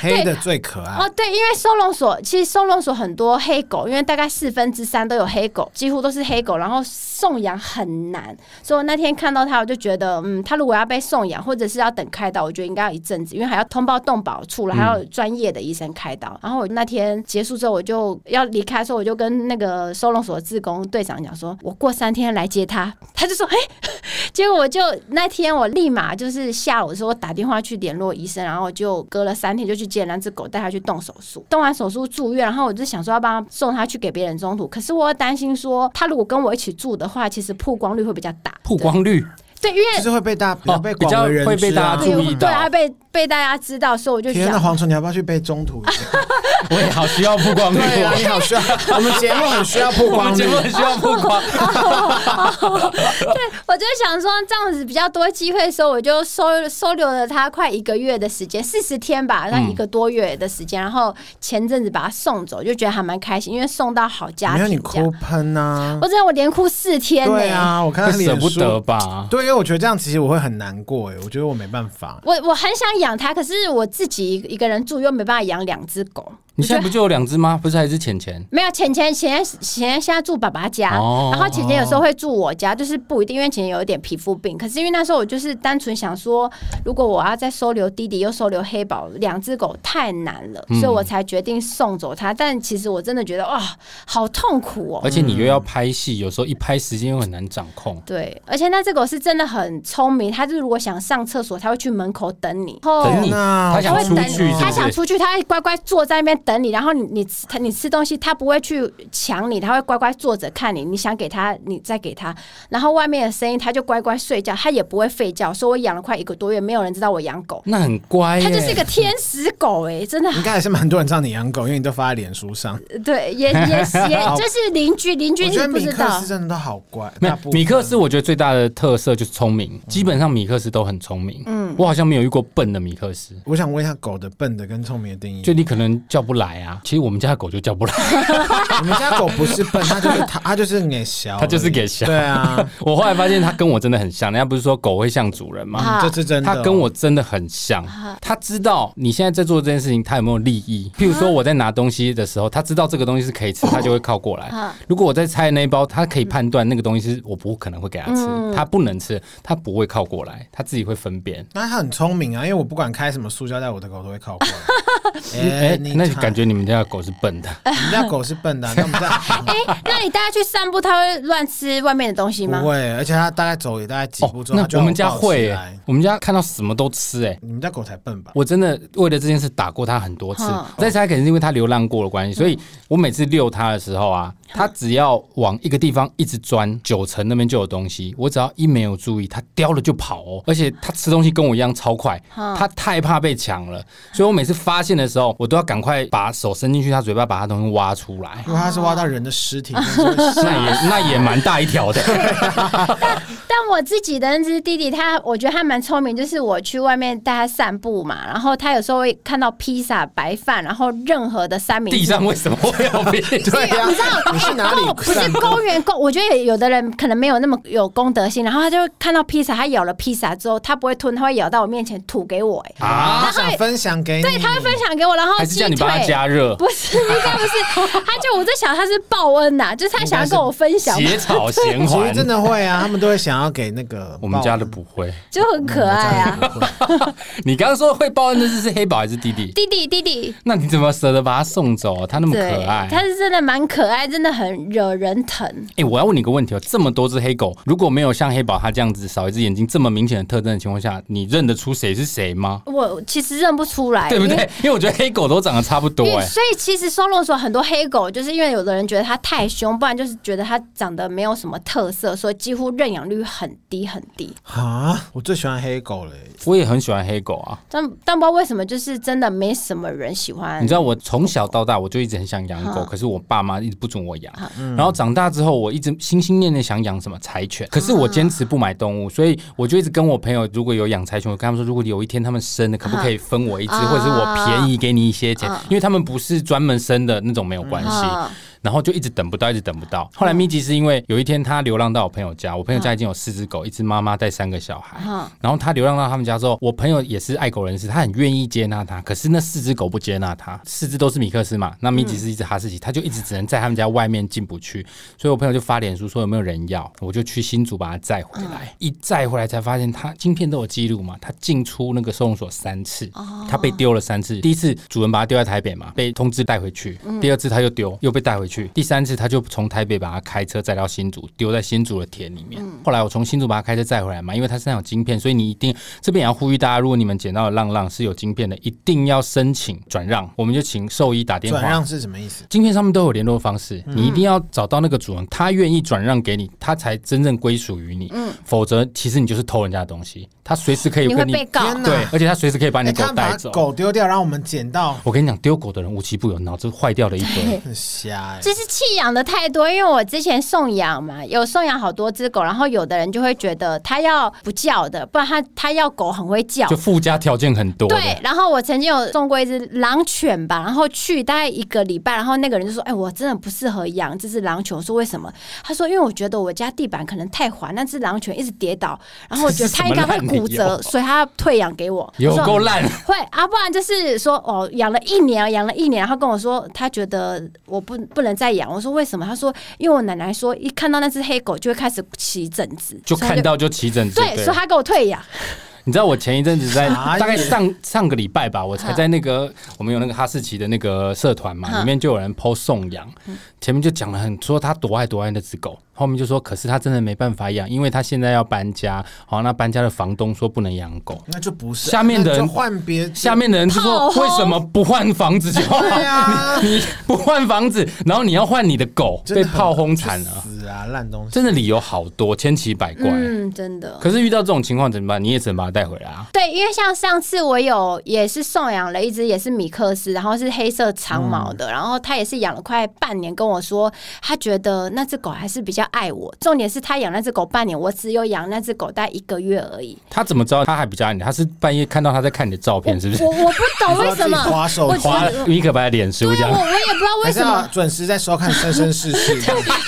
Speaker 4: 黑的最可爱
Speaker 2: 哦，，对，因为收容所其实收容所很多黑狗，因为大概四分之三都有黑狗，几乎都是黑狗，然后送养很难。所以我那天看到它，我就觉得，嗯，它如果要被送养，或者是要等开刀，我觉得应该要一阵子，因为还要通报动保处了，还要有专业的医生开刀。然后我那天结束之后，我就要离开的时候，我就跟那个收容所的志工队长讲说，我过三天来接它。他就说，哎、结果我就那天我立马就是下午的时候打电话去联络医生，然后我就隔了三天就去接了那只狗，带它去动手术。动完手术住院，然后我就想说要帮它送它去给别人中途，可是我又担心说它如果跟我一起住的话，其实曝光率会比较大。
Speaker 3: 曝光率
Speaker 2: 对，因为
Speaker 4: 就是会被大比较被
Speaker 3: 哦比较
Speaker 4: 广为人知
Speaker 3: 会被大
Speaker 4: 啊
Speaker 3: 家注意
Speaker 2: 对
Speaker 3: 到
Speaker 2: 对它被被大家知道，所以我就
Speaker 4: 天
Speaker 2: 想
Speaker 4: 呐，黄虫，你要不要去背中途一下？
Speaker 2: 啊
Speaker 3: 我也好需要曝光率
Speaker 4: 对啊，
Speaker 3: 哦，
Speaker 4: 你好需要，我们节目很需要曝
Speaker 3: 我
Speaker 4: 光
Speaker 3: 们
Speaker 4: 欸率
Speaker 3: 节。目很需要曝 光，
Speaker 2: 我就想说，这样子比较多机会的时候，我就收收留了它快一个月的时间，四十天吧，那一个多月的时间。然后前阵子把它送走，就觉得还蛮开心，因为送到好家
Speaker 4: 没有
Speaker 2: 庭。
Speaker 4: 你哭喷呐、
Speaker 3: 嗯
Speaker 2: 我真的我连哭四天呢、
Speaker 4: 对啊，我看
Speaker 3: 会
Speaker 4: 他
Speaker 3: 舍
Speaker 4: 脸
Speaker 3: 不
Speaker 4: 书
Speaker 3: 得吧？
Speaker 4: 对，因为我觉得这样其实我会很难过哎，我觉得我没办法。
Speaker 2: 我我很想养它，可是我自己一个人住又没办法养两只狗。
Speaker 3: 你现在不就有两只吗？不是还是浅浅？
Speaker 2: 没有钱钱钱钱现在住爸爸家，
Speaker 3: 哦
Speaker 2: 然后钱钱有时候会住我家，就是不一定，因为钱钱有一点皮肤病。可是因为那时候我就是单纯想说，如果我要再收留弟弟又收留黑宝，两只狗太难了，
Speaker 3: 嗯
Speaker 2: 所以我才决定送走它。但其实我真的觉得哇，好痛苦哦。
Speaker 3: 而且你又要拍戏，有时候一拍时间又很难掌控。
Speaker 2: 对，而且那只狗是真的很聪明，它就是如果想上厕所，它会去门口等你，
Speaker 3: 等你，
Speaker 4: 天哪
Speaker 3: 他想
Speaker 2: 哦会
Speaker 3: 出
Speaker 2: 等
Speaker 3: 去
Speaker 2: 你，他
Speaker 3: 是
Speaker 2: 想
Speaker 3: 不是？
Speaker 2: 出去，他会乖乖坐在那边等你。然后你你吃他你吃东西，他不会去抢你，他会乖乖坐着看你。你想给他，你再给他。然后外面的声音，他就乖乖睡觉，他也不会吠叫。所以我养了快一个多月，没有人知道我养狗，
Speaker 3: 那很乖耶，
Speaker 2: 它就是一个天使狗哎、真 的
Speaker 4: 应该还是蛮多人知道你养狗，因为你都发在脸书 上。
Speaker 2: 对，也也也就是邻居邻居
Speaker 4: 我觉
Speaker 2: 你
Speaker 4: 得
Speaker 2: 不
Speaker 4: 米
Speaker 2: 知
Speaker 4: 克
Speaker 2: 道
Speaker 4: 斯。真的都好乖，
Speaker 3: 没
Speaker 4: 大
Speaker 3: 有
Speaker 4: 部，分嗯
Speaker 3: 米克斯我觉得最大的特色就是聪明，基本上米克斯都很聪明。嗯，我好像没有遇过笨的米克斯，
Speaker 4: 我想问一下狗的笨的跟聪明的定义。
Speaker 3: 就你可能叫不来啊。其实我们家的狗就叫不来，
Speaker 4: 我们家狗不是笨，它就是它，它就是给小而已，
Speaker 3: 它就是给小
Speaker 4: 对 啊，
Speaker 3: 我后来发现它跟我真的很像。人家不是说狗会像主人吗？
Speaker 2: 啊
Speaker 4: 这是真的。哦
Speaker 3: 它跟我真的很像，它知道你现在在做这件事情，它有没有利益？譬如说我在拿东西的时候，它知道这个东西是可以吃，它就会靠过来
Speaker 2: 啊。
Speaker 3: 如果我在拆那一包，它可以判断那个东西是我不可能会给它吃，它不能吃，它不会靠过来，它自己会分辨。
Speaker 4: 那它很聪明啊，因为我不管开什么塑胶袋，我的狗都会靠过来。
Speaker 3: 哎、那你
Speaker 4: 看哎
Speaker 3: 感觉你们家的狗是笨的？
Speaker 4: 我们家狗是笨 的啊，那我们家
Speaker 2: 哎，那你带它去散步，它会乱吃外面的东西吗
Speaker 4: 不？会，而且它大概走也大概几步之后，它
Speaker 3: 哦那
Speaker 4: 就要
Speaker 3: 我们家
Speaker 4: 抱起
Speaker 3: 会耶、
Speaker 4: 来
Speaker 3: 我们家看到什么都吃哎、
Speaker 4: 你们家狗才笨吧？
Speaker 3: 我真的为了这件事打过它很多次
Speaker 2: 嗯，
Speaker 3: 但是它可能是因为它流浪过的关系，
Speaker 4: 嗯
Speaker 3: 所以我每次遛它的时候啊，它只要往一个地方一直钻，九层那边就有东西，我只要一没有注意，它叼了就跑哦，而且它吃东西跟我一样超快，
Speaker 2: 嗯
Speaker 3: 它太怕被抢了，所以我每次发现的时候，我都要赶快把手伸进去它嘴巴，把它东西挖出来
Speaker 4: 如，果它是挖到人的尸体，真 的是会
Speaker 3: 那也那也蛮大一条 的。
Speaker 2: 但我自己的那只弟弟，他我觉得他蛮聪明，就是我去外面带他散步嘛，然后他有时候会看到披萨、白饭，然后任何的三明治
Speaker 3: 地。上为什么会有冰？
Speaker 4: 对呀、
Speaker 2: 啊你知道，
Speaker 4: 你是哪里
Speaker 2: 公不是
Speaker 4: 散步
Speaker 2: 公园公，我觉得有的人可能没有那么有公德心，然后他就看到披萨，他咬了披萨之后，他不会吞，他会咬到我面前吐给我、哎、
Speaker 3: 啊
Speaker 4: 他想分享给你，
Speaker 2: 对，他会分享享给我，然后
Speaker 3: 还是
Speaker 2: 鸡
Speaker 3: 叫你帮他
Speaker 2: 腿。
Speaker 3: 加热
Speaker 2: 不是，应该不是，他就我在想他是报恩呐、就是他想要跟我分享，
Speaker 3: 血草衔
Speaker 4: 其实
Speaker 3: 环，
Speaker 4: 真的会啊，他们都会想要给那个
Speaker 3: 我们家的
Speaker 4: 报
Speaker 3: 不会。
Speaker 2: 就很可
Speaker 4: 我们
Speaker 2: 爱
Speaker 3: 嗯
Speaker 4: 家
Speaker 2: 啊。
Speaker 4: 的不会，
Speaker 3: 你刚刚说会报恩的是是黑宝还是弟弟？
Speaker 2: 弟弟，弟弟，
Speaker 3: 那你怎么舍得把他送走？啊他那么可
Speaker 2: 对，
Speaker 3: 爱。
Speaker 2: 他是真的蛮可爱，真的很惹人疼。
Speaker 3: 哎、我要问你个问题哦，这么多只黑狗，如果没有像黑宝它这样子少一只眼睛这么明显的特征的情况下，你认得出谁是谁吗？
Speaker 2: 我其实认不出来，
Speaker 3: 对不对
Speaker 2: 因为？
Speaker 3: 因为我觉得黑狗都长得差不多
Speaker 2: 因为
Speaker 3: 哎、
Speaker 2: 所以其实收容所很多黑狗，就是因为有的人觉得它太凶，不然就是觉得它长得没有什么特色，所以几乎认养率很低很低。
Speaker 4: 啊，我最喜欢黑狗了耶。
Speaker 3: 我也很喜欢黑狗啊，
Speaker 2: 但但不知道为什么，就是真的没什么人喜欢。
Speaker 3: 你知道我从小到大我就一直很想养狗，
Speaker 2: 嗯
Speaker 3: 可是我爸妈一直不准我养。然后长大之后，我一直心心念念想养什么柴犬，可是我坚持不买动物，所以我就一直跟我朋友，如果有养柴犬，我跟他们说，如果有一天他们生了，可不可以分我一只，
Speaker 2: 嗯
Speaker 3: 或者是我便宜给你一些钱
Speaker 2: 嗯，
Speaker 3: 因为他们不是专门生的那种，没有关系。
Speaker 2: 啊
Speaker 3: 然后就一直等不到，一直等不到。后来咪吉是因为有一天他流浪到我朋友家，我朋友家已经有四只狗，一只妈妈带三个小孩。
Speaker 2: 啊
Speaker 3: 然后他流浪到他们家之后，我朋友也是爱狗人士，他很愿意接纳他，可是那四只狗不接纳他，四只都是米克斯嘛，那米吉是一只哈士奇，他就一直只能在他们家外面进不去，所以我朋友就发脸书说有没有人要，我就去新竹把它载回来，一载回来才发现他晶片都有记录嘛，他进出那个收容所三次，他被丢了三次，第一次主人把他丢在台北嘛，被通知带回去，第二次他又丢，又被带回去，第三次他就从台北把他开车载到新竹，丢在新竹的田里面。后来我从新竹把他开车载回来嘛，因为他身上有晶片，所以你一定这边也要呼吁大家，如果你们捡到的浪浪是有晶片的，一定要申请转让，我们就请兽医打电
Speaker 4: 转
Speaker 3: 话。
Speaker 4: 让是什么意思？
Speaker 3: 晶片上面都有联络方式，
Speaker 4: 嗯
Speaker 3: 你一定要找到那个主人，他愿意转让给你，他才真正归属于你。
Speaker 4: 嗯
Speaker 3: 否则其实你就是偷人家的东西，他随时可以
Speaker 2: 你会
Speaker 3: 跟你
Speaker 2: 被告
Speaker 4: 天哪
Speaker 3: 对，而且他随时可以把你
Speaker 4: 哎，
Speaker 3: 的狗
Speaker 4: 他们
Speaker 3: 带
Speaker 4: 把
Speaker 3: 走。
Speaker 4: 狗丢掉，然后我们捡到，
Speaker 3: 我跟你讲，丢狗的人无奇不有，脑子坏掉了一 堆。
Speaker 4: 很瞎哎。
Speaker 2: 就是弃养的太多，因为我之前送养嘛，有送养好多只狗，然后有的人就会觉得他要不叫的，不然他他要狗很会叫
Speaker 3: 就，附加条件很多
Speaker 2: 对
Speaker 3: 的，，
Speaker 2: 然后我曾经有送过一只狼犬吧，然后去大概一个礼拜，然后那个人就说：“哎、我真的不适合养这只狼犬。”我说：“为什么？”他说：“因为我觉得我家地板可能太滑，那只狼犬一直跌倒，然后我觉得它应该会骨
Speaker 3: 这 是什么烂理
Speaker 2: 折，
Speaker 3: 由
Speaker 2: 所以它退养给我。”
Speaker 3: 有
Speaker 2: 我说
Speaker 3: 够烂。
Speaker 2: 会啊，不然就是说哦，养了一年，养了一年，他跟我说他觉得我不不能再养，我说为什么？他说因为我奶奶说一看到那只黑狗就会开始起疹子，
Speaker 3: 就
Speaker 2: 所以他
Speaker 3: 看到就起疹子，
Speaker 2: 对，所以他给我退养。
Speaker 3: 你知道我前一阵子在
Speaker 4: 傻眼
Speaker 3: 大概上上个礼拜吧，我
Speaker 4: 嗯
Speaker 3: 才在那个我们有那个哈士奇的那个社团嘛，
Speaker 2: 嗯
Speaker 3: 里面就有人 PO 送养，
Speaker 4: 嗯
Speaker 3: 前面就讲了很说他多爱多爱那只狗，后面就说可是他真的没办法养，因为他现在要搬家，好那搬家的房东说不能养狗，
Speaker 4: 那就不是
Speaker 3: 下面的人
Speaker 4: 那就换别
Speaker 3: 下面的人就说
Speaker 2: 炮轰
Speaker 3: 为什么不换房子就好？
Speaker 4: 哦 对啊
Speaker 3: 你你不换房子，然后你要换你的狗，
Speaker 4: 真
Speaker 3: 被
Speaker 4: 的很
Speaker 3: 炮轰惨了，
Speaker 4: 死啊，烂东西。
Speaker 3: 真的理由好多，千奇百怪。
Speaker 2: 嗯，真的。
Speaker 3: 可是遇到这种情况怎么办？你也只能把它带回来啊。
Speaker 2: 对，因为像上次我有也是送养了一只也是米克斯，然后是黑色长
Speaker 3: 嗯
Speaker 2: 毛的，然后他也是养了快半年，跟我说他觉得那只狗还是比较爱我。重点是他养那只狗半年，我只有养那只狗大概一个月而已。
Speaker 3: 他怎么知道他还比较爱你？他是半夜看到他在看你的照片，是不是
Speaker 2: 我？我不懂为什
Speaker 4: 你说自己
Speaker 2: 么，
Speaker 4: 滑手
Speaker 2: 我
Speaker 4: 机
Speaker 3: 划米可白的脸书
Speaker 2: 对
Speaker 3: 这
Speaker 2: 啊啊，我
Speaker 3: 样，
Speaker 2: 我也不知道为
Speaker 4: 还是
Speaker 2: 什
Speaker 4: 要
Speaker 2: 么，啊
Speaker 4: 准时在收看《生生世世》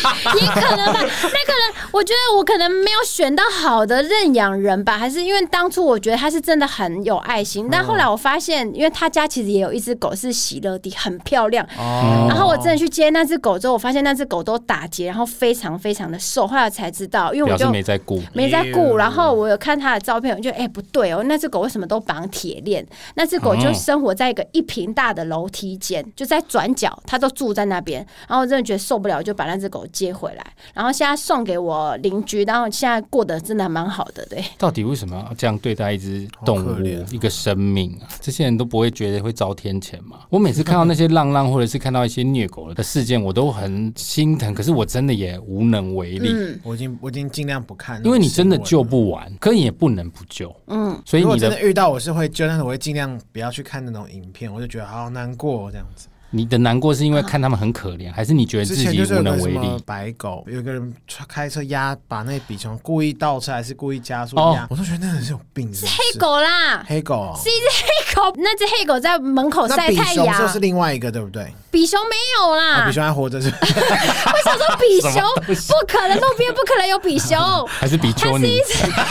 Speaker 2: 也可能吧，那可能我觉得我可能没有选到好的认养人吧，还是因为当初我觉得他是真的很有爱心，但后来我发现，因为他家其实也有一只狗是喜乐蒂，很漂亮，
Speaker 4: 哦
Speaker 2: 然后我真的去接那只狗之后，我发现那只狗都打结，然后非常非常的瘦。后来才知道，因为我
Speaker 3: 表示
Speaker 2: 就
Speaker 3: 没 在顾。
Speaker 2: 没在顾。
Speaker 4: Ew
Speaker 2: 然后我有看它的照片，我就哎、不对哦，那只狗为什么都绑铁链？那只狗就
Speaker 3: 哦
Speaker 2: 生活在一个一平大的楼梯间，就在转角，它都住在那边。然后我真的觉得受不了，我就把那只狗接回来，然后现在送给我邻居，然后现在过得真的还蛮好的，对。
Speaker 3: 到底为什么要这样对待一只动
Speaker 4: 好
Speaker 3: 物
Speaker 4: 可怜、
Speaker 3: 一个生命啊？这些人都不会觉得会遭天谴吗？我每次看到那些浪浪，或者是看到一些虐狗的事件，我都很心疼，可是我真的也无能为力。
Speaker 2: 嗯
Speaker 4: 我已经我已经尽量不看，
Speaker 3: 因为你真的救。不完，可你也不能不救，嗯，所以
Speaker 4: 嗯如果
Speaker 3: 你
Speaker 4: 真
Speaker 3: 的
Speaker 4: 的遇到，我是会救，但是我会尽量不要去看那种影片，我就觉得好难过这样子。
Speaker 3: 你的难过是因为看他们很可怜，还是你觉得
Speaker 4: 啊之
Speaker 3: 自
Speaker 4: 前
Speaker 3: 己
Speaker 4: 就是
Speaker 3: 无
Speaker 4: 有
Speaker 3: 能
Speaker 4: 个什
Speaker 3: 为力？
Speaker 4: 么白狗，有个人开车压，把那笔从故意倒车还是故意加速
Speaker 3: 哦
Speaker 4: 压，我都觉得那人是有病，是
Speaker 2: 黑
Speaker 4: 黑，
Speaker 2: 狗啦，
Speaker 4: 黑狗哦。
Speaker 2: 是一只黑狗，那只黑狗在门口
Speaker 4: 那
Speaker 2: 晒
Speaker 4: 比
Speaker 2: 太
Speaker 4: 熊就是
Speaker 2: 阳。
Speaker 4: 另外一个，对不对？
Speaker 2: 比熊没有
Speaker 4: 啊，
Speaker 2: 啦，
Speaker 4: 比熊还活着是？
Speaker 2: 我想说比
Speaker 3: 什
Speaker 2: 熊
Speaker 3: 么
Speaker 2: 不可能，路边不可能有比熊。
Speaker 3: 还是比丘
Speaker 2: 它是
Speaker 3: 尼
Speaker 2: 一？只，啊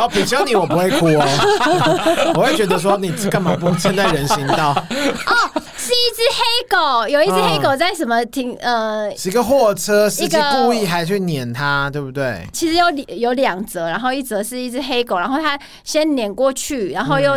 Speaker 4: 哦，比熊你我不会哭 哦，我会觉得说你干嘛不站在人行道？
Speaker 2: 哦是一只黑狗，有一只黑狗在什么停
Speaker 3: 嗯
Speaker 2: 呃，
Speaker 4: 是一个货车司机
Speaker 2: 一个
Speaker 4: 故意还去撵他，对不对？
Speaker 2: 其实有两有两则，然后一则是一只黑狗，然后它先撵过去，然后又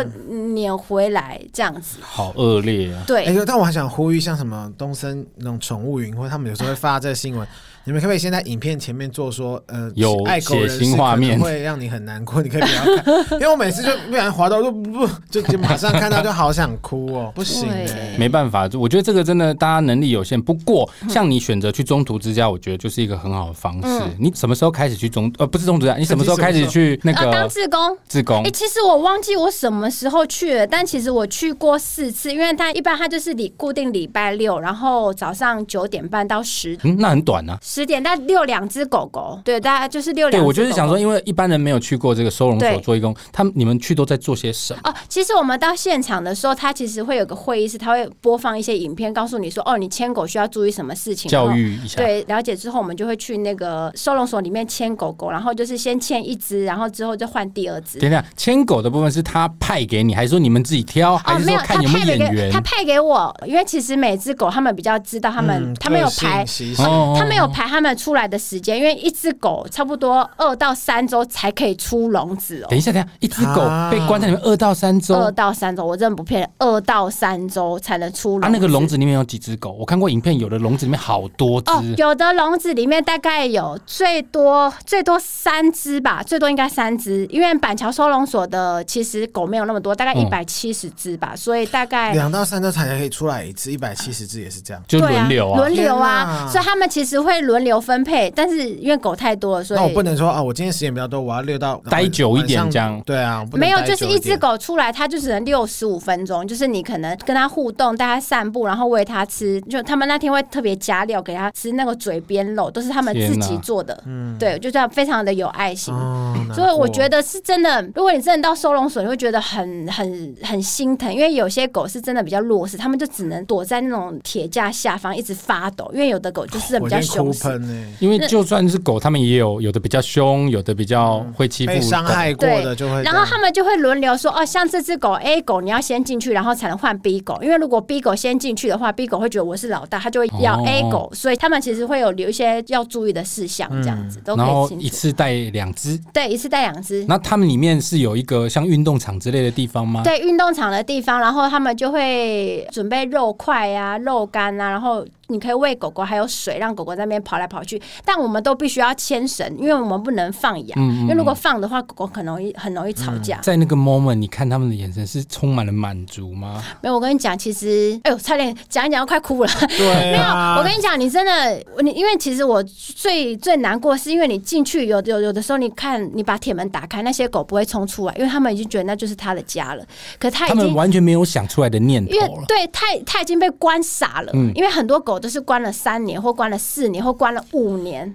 Speaker 2: 撵回来这样子。
Speaker 3: 嗯好恶劣啊！
Speaker 2: 对，
Speaker 4: 哎、但我还想呼吁，像什么东森那种宠物云，或者他们有时候会发这个新闻，你们可不可以先在影片前面做说，呃，
Speaker 3: 有
Speaker 4: 爱狗人士
Speaker 3: 血腥画面
Speaker 4: 可能会让你很难过，你可以不要看， 因为我每次就不然滑到就不就就马上看到就好想哭哦，不行、欸，
Speaker 3: 没办法，就我觉得这个真的大家能力有限。不过，
Speaker 2: 嗯
Speaker 3: 像你选择去中途之家，我觉得就是一个很好的方式。
Speaker 2: 嗯
Speaker 3: 你什么时候开始去中呃不是中途之家，你什么时候开始去那
Speaker 2: 啊，当
Speaker 3: 个
Speaker 2: 志工。
Speaker 3: 自工
Speaker 2: 哎、？其实我忘记我什么时候去了，但其实我去过四次，因为它一般它就是礼固定礼拜六，然后早上九点半到十
Speaker 3: 嗯，那很短啊。
Speaker 2: 十点，但遛两只狗狗，对，大概就是遛两只
Speaker 3: 对，
Speaker 2: 狗狗。
Speaker 3: 我就是想说，因为一般人没有去过这个收容所
Speaker 2: 对
Speaker 3: 做义工，他们你们去都在做些什么？
Speaker 2: 哦，其实我们到现场的时候，它其实会有个会议室，它会播放一些影片，告诉你说，哦，你牵狗需要注意什么事情。
Speaker 3: 教
Speaker 2: 然后
Speaker 3: 育一下。
Speaker 2: 对，了解之后，我们就会去那个收容所里面牵狗狗，然后就是先牵一只，然后之后就换第二只。
Speaker 3: 等一下，牵狗的部分是他派给你，还是说你们自己挑，还
Speaker 2: 哦，
Speaker 3: 是
Speaker 2: 没
Speaker 3: 说
Speaker 2: 有，他
Speaker 3: 看有没
Speaker 2: 派
Speaker 3: 有
Speaker 2: 给
Speaker 3: 演
Speaker 2: 给
Speaker 3: 员
Speaker 2: 他？派给我，因为其实每只狗他们比较知道他
Speaker 3: 嗯
Speaker 2: 们、他们有排
Speaker 4: 个。嗯性习性
Speaker 3: 哦
Speaker 2: 他们有排他们出来的时间，因为一只狗差不多二到三周才可以出笼子哦
Speaker 3: 等。一下，等一下，一只狗
Speaker 4: 啊
Speaker 3: 被关在里面二到三周，
Speaker 2: 二
Speaker 3: 啊，
Speaker 2: 到三周，我真的不骗人，二到三周才能出笼子。
Speaker 3: 啊那个笼子里面有几只狗？我看过影片，有的笼子里面好多只。
Speaker 2: 哦，有的笼子里面大概有最多最多三只吧，最多应该三只，因为板桥收容所的其实狗没有那么多，大概
Speaker 3: 嗯
Speaker 2: 一百七十只吧，所以大概
Speaker 4: 两到三周才可以出来一次，一百七十只也是这样。
Speaker 3: 就轮流
Speaker 2: 对
Speaker 3: 啊。
Speaker 2: 轮流
Speaker 4: 天
Speaker 2: 啊
Speaker 4: 哪，
Speaker 2: 所以他们其实会轮流分配，但是因为狗太多了，所以
Speaker 4: 那我不能说啊，我今天时间比较多，我要溜到
Speaker 3: 待久一点
Speaker 4: 晚上
Speaker 3: 这样
Speaker 4: 对啊，我不能
Speaker 2: 没有，
Speaker 4: 待
Speaker 2: 就
Speaker 4: 久
Speaker 2: 是
Speaker 4: 一
Speaker 2: 一只
Speaker 4: 点。
Speaker 2: 狗出来，它就只能六十五分钟，就是你可能跟它互动，带它散步，然后喂它吃，就他们那天会特别加料给它吃那个嘴边肉，都是他们自
Speaker 3: 天
Speaker 2: 己
Speaker 3: 哪
Speaker 2: 做的，对，就这样非常的有爱心。
Speaker 4: 嗯哦
Speaker 2: 所以我觉
Speaker 4: 得
Speaker 2: 得是真的，如果你真的到收容所，你会觉得很很很心疼，因为有些狗是真的比较弱势，它们就只能躲在那种铁架下方一直发抖，因为有的狗就是比
Speaker 4: 我
Speaker 2: 较
Speaker 4: 先
Speaker 2: 凶
Speaker 4: 哭
Speaker 2: 势。
Speaker 4: 喷欸呢，
Speaker 3: 因为就算是狗，他们也有有的比较凶，有的比较
Speaker 2: 嗯
Speaker 3: 会欺负
Speaker 4: 被伤
Speaker 3: 狗
Speaker 4: 害过
Speaker 2: 对
Speaker 4: 的就会这样。
Speaker 2: 然后他们就会轮流说，哦，像这只狗 A 狗，你要先进去，然后才能换 B 狗，因为如果 B 狗先进去的话，B 狗会觉得我是老大，它就会咬
Speaker 3: 哦
Speaker 2: A 狗，所以他们其实会有留一些要注意的事项，这样子、都可
Speaker 3: 嗯然后
Speaker 2: 以
Speaker 3: 一
Speaker 2: 清楚。
Speaker 3: 次带两只。
Speaker 2: 对，一次带两只。
Speaker 3: 那他们里面是有一个像运动场之类的地方吗？
Speaker 2: 对运动场的地方，然后他们就会准备肉块啊、肉干啊，然后你可以喂狗狗，还有水，让狗狗在那边跑来跑去。但我们都必须要牵绳，因为我们不能放羊，
Speaker 3: 嗯嗯嗯
Speaker 2: 因为如果放的话，狗狗很容易很容易吵架。
Speaker 3: 在那个 moment，你看他们的眼神是充满了满足吗？
Speaker 2: 没有，我跟你讲，其实，哎呦，差点讲一讲要快哭了。
Speaker 4: 对
Speaker 2: 没有，
Speaker 4: 啊，
Speaker 2: 我跟你讲，你真的，你因为其实我最最难过，是因为你进去有有有的时候，你看你把铁门打开，那些狗不会冲出来，因为他们已经觉得那就是他的家了。可他
Speaker 3: 他
Speaker 2: 已
Speaker 3: 们
Speaker 2: 经
Speaker 3: 完全没有想出来的念
Speaker 2: 因为
Speaker 3: 头了。
Speaker 2: 对它它已经被关傻了，
Speaker 3: 嗯
Speaker 2: 因为很多狗都是关了三年或关了四年或关了五年，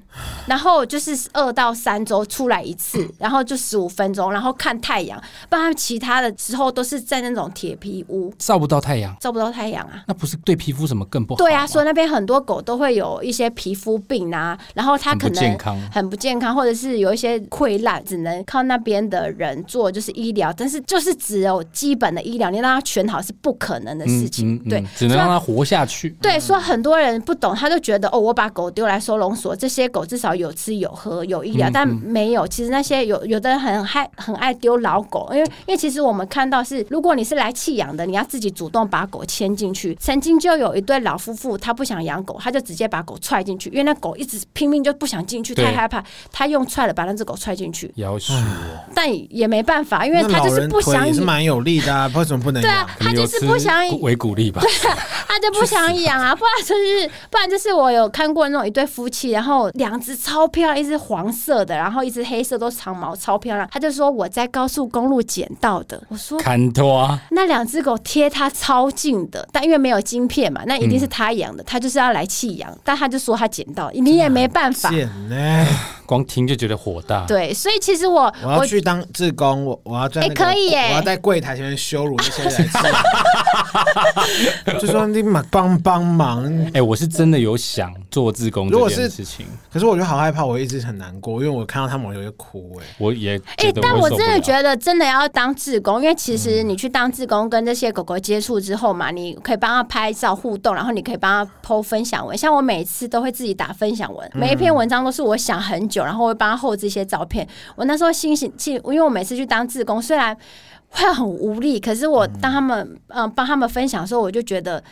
Speaker 2: 然后就是二到三周出来一 次，然后就十五分钟，然后看太阳，不然它其他的时候都是在那种铁皮屋
Speaker 3: 照不到太阳，
Speaker 2: 照不到太阳啊。
Speaker 3: 那不是对皮肤什么更不好吗？
Speaker 2: 对啊，所以那边很多狗都会有一些皮肤病啊，然后它
Speaker 3: 很不
Speaker 2: 可
Speaker 3: 健
Speaker 2: 能
Speaker 3: 康
Speaker 2: 很不健康，或者是有一些溃烂，只能靠那边的人做就是医疗，但是就是只有基本的医疗，你让它全好是不可能的事情。对，
Speaker 3: 嗯只
Speaker 2: 所
Speaker 3: 能
Speaker 2: 以
Speaker 3: 让它活下去。
Speaker 2: 对，
Speaker 4: 嗯
Speaker 2: 所以很多人不懂，他就觉得哦，我把狗丢来收容所，这些狗至少有吃有喝有医疗，
Speaker 4: 嗯
Speaker 2: 但没有。其实那些有有的人很爱很爱丢老狗，因为
Speaker 4: 嗯
Speaker 2: 因为其实我们看到是，如果你是来弃养的，你要自己主动把狗牵进去。曾经就有一对老夫妇，他不想养狗，他就直接把狗踹进去，因为那狗一直拼命就不想进去，
Speaker 3: 对
Speaker 2: 太害怕，他用踹了把那只狗踹进去，
Speaker 3: 要死我！
Speaker 2: 但也没办法，因为
Speaker 4: 那
Speaker 2: 他
Speaker 4: 老
Speaker 2: 就是
Speaker 4: 人
Speaker 2: 不
Speaker 4: 腿
Speaker 2: 想
Speaker 4: 也是
Speaker 2: 养。
Speaker 4: 蛮 有力的啊，为什么不能
Speaker 2: 对啊
Speaker 4: 养？，
Speaker 2: 他就是不想
Speaker 3: 维骨力吧？
Speaker 2: 他就不想养啊，不然就就是不然就是我有看过那种一对夫妻，然后两只超漂亮，一只黄色的，然后一只黑色都是长毛，超漂亮。他就说我在高速公路捡到的，我说
Speaker 3: 砍啊拖，
Speaker 2: 那两只狗贴它超近的，但因为没有晶片嘛，那一定是他养的，他就是要来弃养，但他就说他捡到，你也没办法。
Speaker 4: 贱 呢！
Speaker 3: 光听就觉得火大。
Speaker 2: 对，所以其实我
Speaker 4: 我要去当志工，我我要在那个
Speaker 2: 哎可以耶
Speaker 4: 我要在柜台前面羞辱那些人， 就说你嘛帮帮忙。
Speaker 3: 哎、我是真的有想做自工
Speaker 4: 如
Speaker 3: 这
Speaker 4: 果
Speaker 3: 件
Speaker 4: 是
Speaker 3: 事情，
Speaker 4: 可是我就好害怕，我一直很难过，因为我看到他们我就会哭哎。
Speaker 3: 我也
Speaker 2: 哎、
Speaker 3: 觉得
Speaker 2: 但我
Speaker 3: 受
Speaker 2: 真
Speaker 3: 不
Speaker 2: 的
Speaker 3: 了嗯
Speaker 2: 觉得真的要当志工，因为其实你去当志工，跟这些狗狗接触之后嘛，你可以帮它拍照互动，然后你可以帮它剖分享文。像我每次都会自己打分享文，每一
Speaker 3: 嗯
Speaker 2: 篇文章都是我想很久，然后会帮它后置一些照片。我那时候心情，其实因为我每次去当志工，虽然会很无力，可是我当他们嗯帮、他们分享的时候，我就觉得。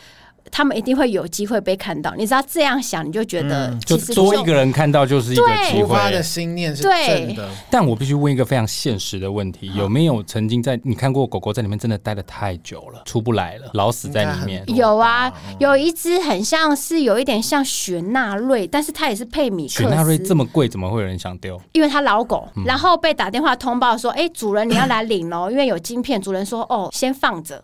Speaker 2: 他们一定会有机会被看到，你只要这样想，你就觉得
Speaker 3: 嗯就
Speaker 2: 其实
Speaker 3: 多一个人看到就是一个
Speaker 2: 对
Speaker 3: 机
Speaker 4: 出发
Speaker 3: 会
Speaker 4: 的。心念是
Speaker 2: 对
Speaker 4: 正的，
Speaker 3: 但我必须问一个非常现实的问
Speaker 4: 啊
Speaker 3: 题：有没有曾经在你看过狗狗在里面真的待的太久了，出不来了，老死在里面
Speaker 4: 应？该很
Speaker 2: 有啊，有一只很像是有一点像雪纳瑞，但是它也是配米克斯，
Speaker 3: 雪纳瑞这么贵，怎么会有人想丢？
Speaker 2: 因为它老狗，然后被打电话通报说，哎、主人你要来领喽，因为有晶片，主人说哦，先放着，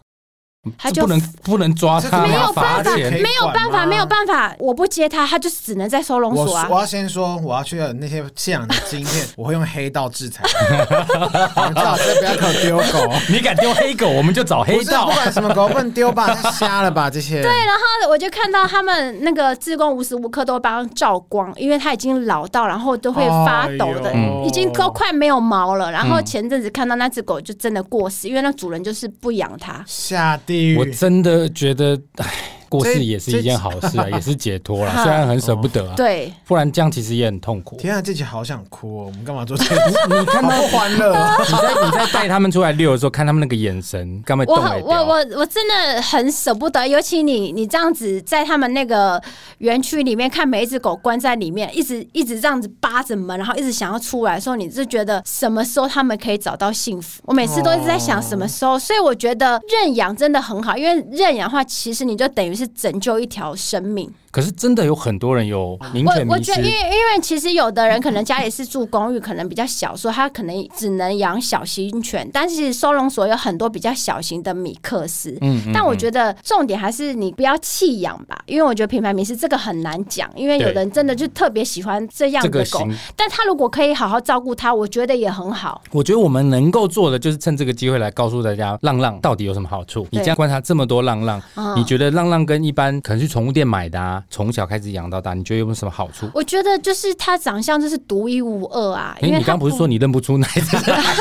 Speaker 2: 他
Speaker 3: 这
Speaker 2: 就
Speaker 3: 不能不能抓
Speaker 4: 这
Speaker 3: 它，
Speaker 4: 没有
Speaker 3: 要罚
Speaker 4: 办法
Speaker 3: 钱
Speaker 4: 可以
Speaker 2: 没有办
Speaker 4: 管
Speaker 2: 法，
Speaker 4: 吗
Speaker 2: 没有办法，我不接它，它就只能在收容
Speaker 4: 我
Speaker 2: 所啊
Speaker 4: 我。要先说，我要去那些弃养的经验， 我会用黑道制裁。 你最好是不要给我丢狗，
Speaker 3: 你敢丢黑狗，我们就找 黑
Speaker 4: 不是啊
Speaker 3: 道
Speaker 4: 不。管什么狗不能丢吧，太瞎了吧这些。对
Speaker 2: 对，然后我就看到他们那个志工无时无刻都帮它照光，因为它已经老到然后都会发抖的，
Speaker 4: 哎呦
Speaker 2: 已经都快没有毛了。然后前阵子看到那只狗就真的过世，因为那主人就是不养它。
Speaker 4: 啊下地狱。
Speaker 3: 我真的觉得，哎，过世
Speaker 4: 这
Speaker 3: 也是一件好事 啊，也是解脱啦。虽然很舍不得啊，
Speaker 2: 对，
Speaker 3: 不然这样其实也很痛苦。
Speaker 4: 天啊，这集好想哭哦！我们干嘛做这个？
Speaker 3: 你看
Speaker 4: 好
Speaker 3: 到
Speaker 4: 不欢乐哦。
Speaker 3: 你在你在带他们出来遛的时候，看他们那个眼神，干嘛
Speaker 2: 我
Speaker 3: 动啊
Speaker 2: 很我我我真的很舍不得，尤其你你这样子在他们那个园区里面看每一只狗关在里面，一直一直这样子扒着门，然后一直想要出来的时候，你是觉得什么时候他们可以找到幸福？我每次都一直在想什么时候，所以我觉得认养真的很好，因为认养的话，其实你就等于是拯救一条生命。
Speaker 3: 可是真的有很多人有名
Speaker 2: 我
Speaker 3: 犬
Speaker 2: 啊我
Speaker 3: 迷
Speaker 2: 觉得，因为
Speaker 3: 失，
Speaker 2: 因为其实有的人可能家里是住公寓，可能比较小，所以他可能只能养小型犬，但是收容所有很多比较小型的米克斯。
Speaker 3: 嗯嗯
Speaker 2: 但我觉得重点还是你不要弃养吧，因为我觉得品牌名师这个很难讲，因为有
Speaker 3: 对
Speaker 2: 的人真的就特别喜欢这样
Speaker 3: 这
Speaker 2: 的
Speaker 3: 个
Speaker 2: 狗，
Speaker 3: 行，
Speaker 2: 但他如果可以好好照顾它，我觉得也很好。
Speaker 3: 我觉得我们能够做的就是趁这个机会来告诉大家，浪浪到底有什么好处。你
Speaker 2: 对
Speaker 3: 这样观察这么多浪浪，
Speaker 2: 嗯
Speaker 3: 你觉得浪浪跟一般可能去宠物店买的啊，从小开始养到大，你觉得有没有什么好处？
Speaker 2: 我觉得就是它长相就是独一无二啊，
Speaker 3: 哎，
Speaker 2: 因
Speaker 3: 你
Speaker 2: 为
Speaker 3: 刚
Speaker 2: 它
Speaker 3: 刚不是说你认不出哪一只？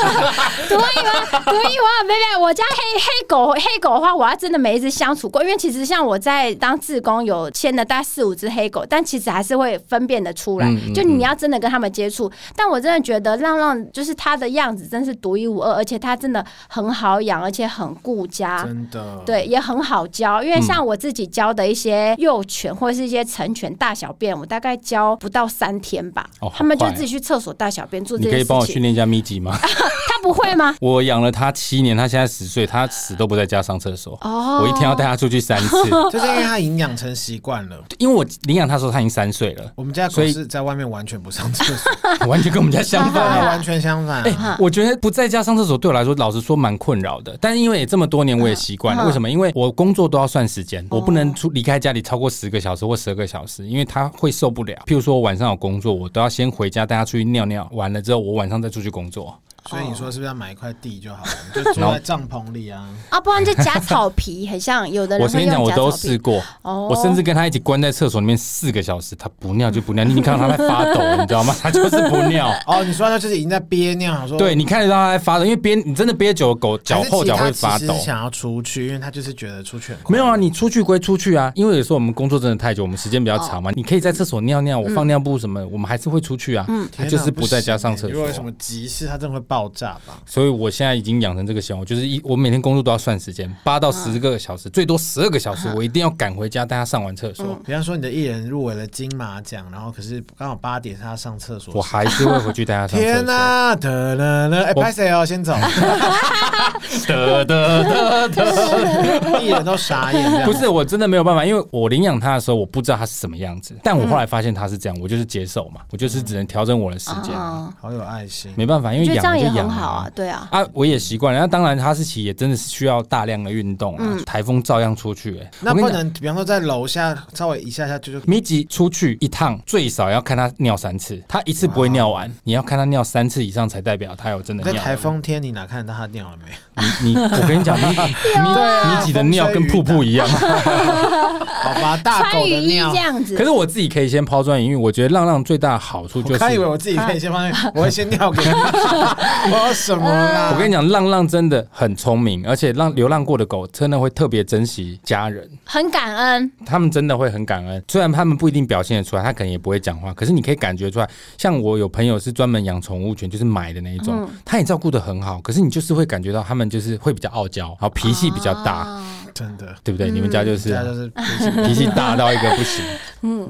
Speaker 2: 独一无二，独一无二。没有，啊我家黑黑狗，黑狗的话，我要真的每一只相处过，因为其实像我在当志工有牵了大概四五只黑狗，但其实还是会分辨得出来。
Speaker 3: 嗯嗯
Speaker 2: 就你要真的跟他们接触，但我真的觉得浪浪就是它的样子真是独一无二，而且它真的很好养，而且很顾家。
Speaker 4: 真的，
Speaker 2: 对，也很好教，因为像我自己教的一些幼犬或者是一些成犬大小便，我大概教不到三天吧，
Speaker 3: 哦好
Speaker 2: 他们就
Speaker 3: 快
Speaker 2: 自己去厕所大小便做这
Speaker 3: 你可
Speaker 2: 件
Speaker 3: 以
Speaker 2: 事
Speaker 3: 帮我训
Speaker 2: 情。
Speaker 3: 练一下咪吉吗？
Speaker 2: 他不会吗？
Speaker 3: 我养了它七年，它现在十岁，它死都不在家上厕所。
Speaker 2: 哦，
Speaker 3: 我一天要带它出去三次，
Speaker 4: 就是因为他已经养成习惯了。
Speaker 3: 因为我领养它的时候它已经三岁 了，
Speaker 4: 我们家狗
Speaker 3: 所以
Speaker 4: 是在外面完全不上厕 所，
Speaker 3: 完全跟我们家相
Speaker 4: 对
Speaker 3: 反。
Speaker 4: 啊完全相反。
Speaker 3: 我觉得不在家上厕所对我来说，老实说蛮困扰的。但是因为也这么多年，我也习惯了。为什么？因为我工作都要算时间，
Speaker 2: 哦
Speaker 3: 我不能出离开家里超过十个小时或十二个小时，因为他会受不了。譬如说我晚上有工作，我都要先回家带他出去尿尿，完了之后我晚上再出去工作。
Speaker 4: 所以你说是不是要买一块地就好 了？你就住在帐篷里啊。
Speaker 2: 啊，不然就夹草皮，很像有的
Speaker 3: 我
Speaker 2: 人
Speaker 3: 跟
Speaker 2: 会
Speaker 3: 你讲，
Speaker 2: 用
Speaker 3: 我
Speaker 2: 夹
Speaker 3: 都
Speaker 2: 草
Speaker 3: 试
Speaker 2: 皮。
Speaker 3: 过，
Speaker 2: 哦
Speaker 3: 我甚至跟他一起关在厕所里面四个小时，他不尿就不尿，你已经看到他在发抖了，你知道吗？ 他就是不 尿。
Speaker 4: 哦，你说他就是已经在憋尿，想说
Speaker 3: 对，你看得到他在发抖，因为憋你真的憋久了，狗脚后脚会发
Speaker 4: 还是其实
Speaker 3: 抖
Speaker 4: 他其实。想要出去，因为他就是觉得出去很快
Speaker 3: 没有啊，你出去归出去啊，因为有时候我们工作真的太久，我们时间比较
Speaker 2: 哦
Speaker 3: 长嘛，你可以在厕所尿尿，我放尿布什么，我们还是会出去啊，他
Speaker 2: 嗯
Speaker 4: 天哪
Speaker 3: 就是不在家上厕
Speaker 4: 行欸如
Speaker 3: 所
Speaker 4: 果有。什么急事，他真的会爆炸吧。
Speaker 3: 所以我现在已经养成这个习惯，我就是一我每天工作都要算时间，八到十
Speaker 2: 嗯
Speaker 3: 个小时，最多十二个小时，我一定要赶回家带他上完厕
Speaker 2: 嗯
Speaker 3: 所，
Speaker 4: 比方说你的艺人入围了金马奖，然后可是刚好八点是他上厕所
Speaker 3: 我
Speaker 4: 时间。
Speaker 3: 还是会回去带他上厕
Speaker 4: 天
Speaker 3: 所。
Speaker 4: 呐，得了了，哎，
Speaker 3: 我
Speaker 4: 拍谁 哦？先走，
Speaker 3: 得得得得，
Speaker 4: 艺人都傻眼这 样。
Speaker 3: 不是我真的没有办法，因为我领养他的时候，我不知道他是什么样子，但我后来发现他是这样，我就是接受嘛，我就是只能调整我的时间，
Speaker 2: 啊，
Speaker 4: 好有爱心，
Speaker 3: 没办法，
Speaker 2: 我
Speaker 3: 因为
Speaker 2: 觉得
Speaker 3: 养
Speaker 2: 这样
Speaker 3: 就
Speaker 2: 也
Speaker 3: 养
Speaker 2: 很好啊，。对啊，
Speaker 3: 啊，我也习惯了。那当然，哈士奇也真的是需要大量的运动啊，台风照样出去、欸。
Speaker 4: 那
Speaker 3: 我跟
Speaker 4: 不
Speaker 3: 你讲
Speaker 4: 能，比方说在楼下稍微一下下就就
Speaker 3: 米吉出去一趟最少要看他尿三次，他一次不会尿完，你要看他尿三次以上才代表他有真的
Speaker 4: 在
Speaker 3: 尿。
Speaker 4: 台，风天，你哪看得到他尿了 没？
Speaker 3: 你你我跟你讲，米米
Speaker 4: 啊
Speaker 3: 米吉的尿跟瀑布一样。
Speaker 4: 好吧，大
Speaker 2: 穿
Speaker 4: 狗
Speaker 2: 雨
Speaker 4: 的
Speaker 2: 衣
Speaker 4: 尿
Speaker 2: 这。样子
Speaker 3: 可，是我自己可以先抛砖引玉，我觉得浪浪最大的好处就
Speaker 4: 我
Speaker 3: 是，
Speaker 4: 刚以为我自己可以先放在，我会先尿给你。 我有什么啦？
Speaker 3: 我跟你讲，浪浪真的很聪明，而且让流浪过的狗真的会特别珍惜家人。
Speaker 2: 很感恩，
Speaker 3: 他们真的会很感恩，虽然他们不一定表现得出来，他可能也不会讲话，可是你可以感觉出来。像我有朋友是专门养宠物犬，就是买的那一种，他也照顾得很好，可是你就是会感觉到他们就是会比较傲娇，好脾气比较大，
Speaker 2: 啊
Speaker 4: 真的，
Speaker 3: 对不对？你们家就是
Speaker 4: 大家
Speaker 3: 啊、
Speaker 4: 都是
Speaker 3: 脾气大到一个不 行，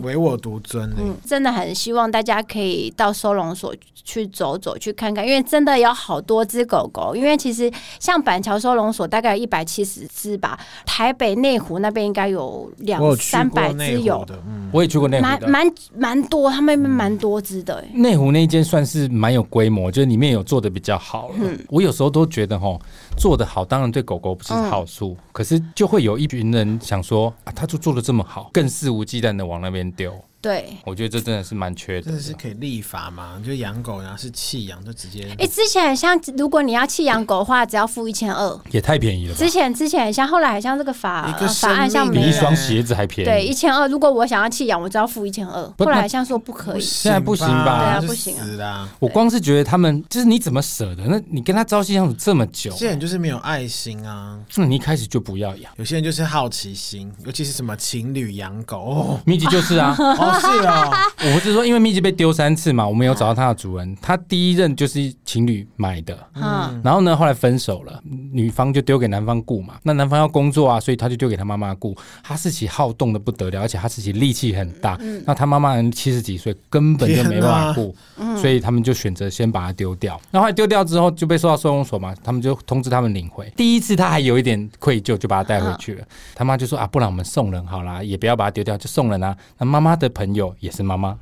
Speaker 4: 唯我独尊欸
Speaker 3: 嗯
Speaker 4: 的。
Speaker 2: 嗯真的很希望大家可以到收容所去走走，去看看，因为真的有好多只狗狗。因为其实像板桥收容所大概有一百七十只吧，台北内湖那边应该有
Speaker 4: 我有
Speaker 2: 两
Speaker 4: 去
Speaker 2: 三
Speaker 4: 过
Speaker 2: 百
Speaker 4: 内
Speaker 2: 只
Speaker 4: 湖
Speaker 2: 有，
Speaker 4: 的，嗯，
Speaker 3: 我也去过内湖
Speaker 2: 蛮
Speaker 3: 的。嗯
Speaker 2: 蛮蛮多，他们那边蛮多只的、欸。
Speaker 3: 内湖那一间算是蛮有规模，就是里面有做的比较好了。我有时候都觉得吼，做的好当然对狗狗不是好处，可是就会有一群人想说啊，他就做的这么好，更肆无忌惮的往那边丢。
Speaker 2: 对，
Speaker 3: 我觉得这真的是蛮缺德
Speaker 4: 真
Speaker 3: 的
Speaker 4: 的是可以立法嘛？就养狗，然后是弃养，就直接
Speaker 2: 哎、之前像如果你要弃养狗的话，只要付一千二。
Speaker 3: 也太便宜了吧
Speaker 2: 之？前之前很像，后来好像这个法
Speaker 4: 一个
Speaker 2: 呃
Speaker 4: 生
Speaker 2: 法案像
Speaker 4: 命
Speaker 3: 比
Speaker 2: 没
Speaker 3: 一
Speaker 2: 有。
Speaker 3: 双鞋子还便
Speaker 2: 对，
Speaker 3: 宜。
Speaker 2: 一千二。如果我想要弃养，我只要付一千二。
Speaker 3: 不
Speaker 2: 后来
Speaker 3: 那
Speaker 2: 好像说不可以。
Speaker 3: 现在不行吧
Speaker 2: 对啊
Speaker 4: 就
Speaker 2: 不行啊
Speaker 4: 死啦！
Speaker 3: 我光是觉得他们就是你怎么舍得？那你跟他朝夕相处这么久
Speaker 4: 这，些人就是没有爱心啊，
Speaker 3: 那你一开始就不要养。
Speaker 4: 有些人就是好奇心，尤其是什么情侣养狗 哦，
Speaker 3: 米吉就是啊，
Speaker 4: 哦是哦，
Speaker 3: 我不是说因为米吉被丢三次嘛，我们有找到它的主人，它第一任就是情侣买的，
Speaker 2: 嗯，
Speaker 3: 然后呢后来分手了，女方就丢给男方雇嘛，那男方要工作啊，所以他就丢给他妈妈雇。哈士奇好动的不得了，而且哈士奇力气很大，那他妈妈人七十几岁，根本就没办法顾，所以他们就选择先把它丢掉。那后来丢掉之后就被送到收容所嘛，他们就通知他们领回。第一次他还有一点愧疚，就把它带回去了。他妈就说啊，不然我们送人好啦，也不要把它丢掉，就送人啊。那妈妈的朋友也是妈妈，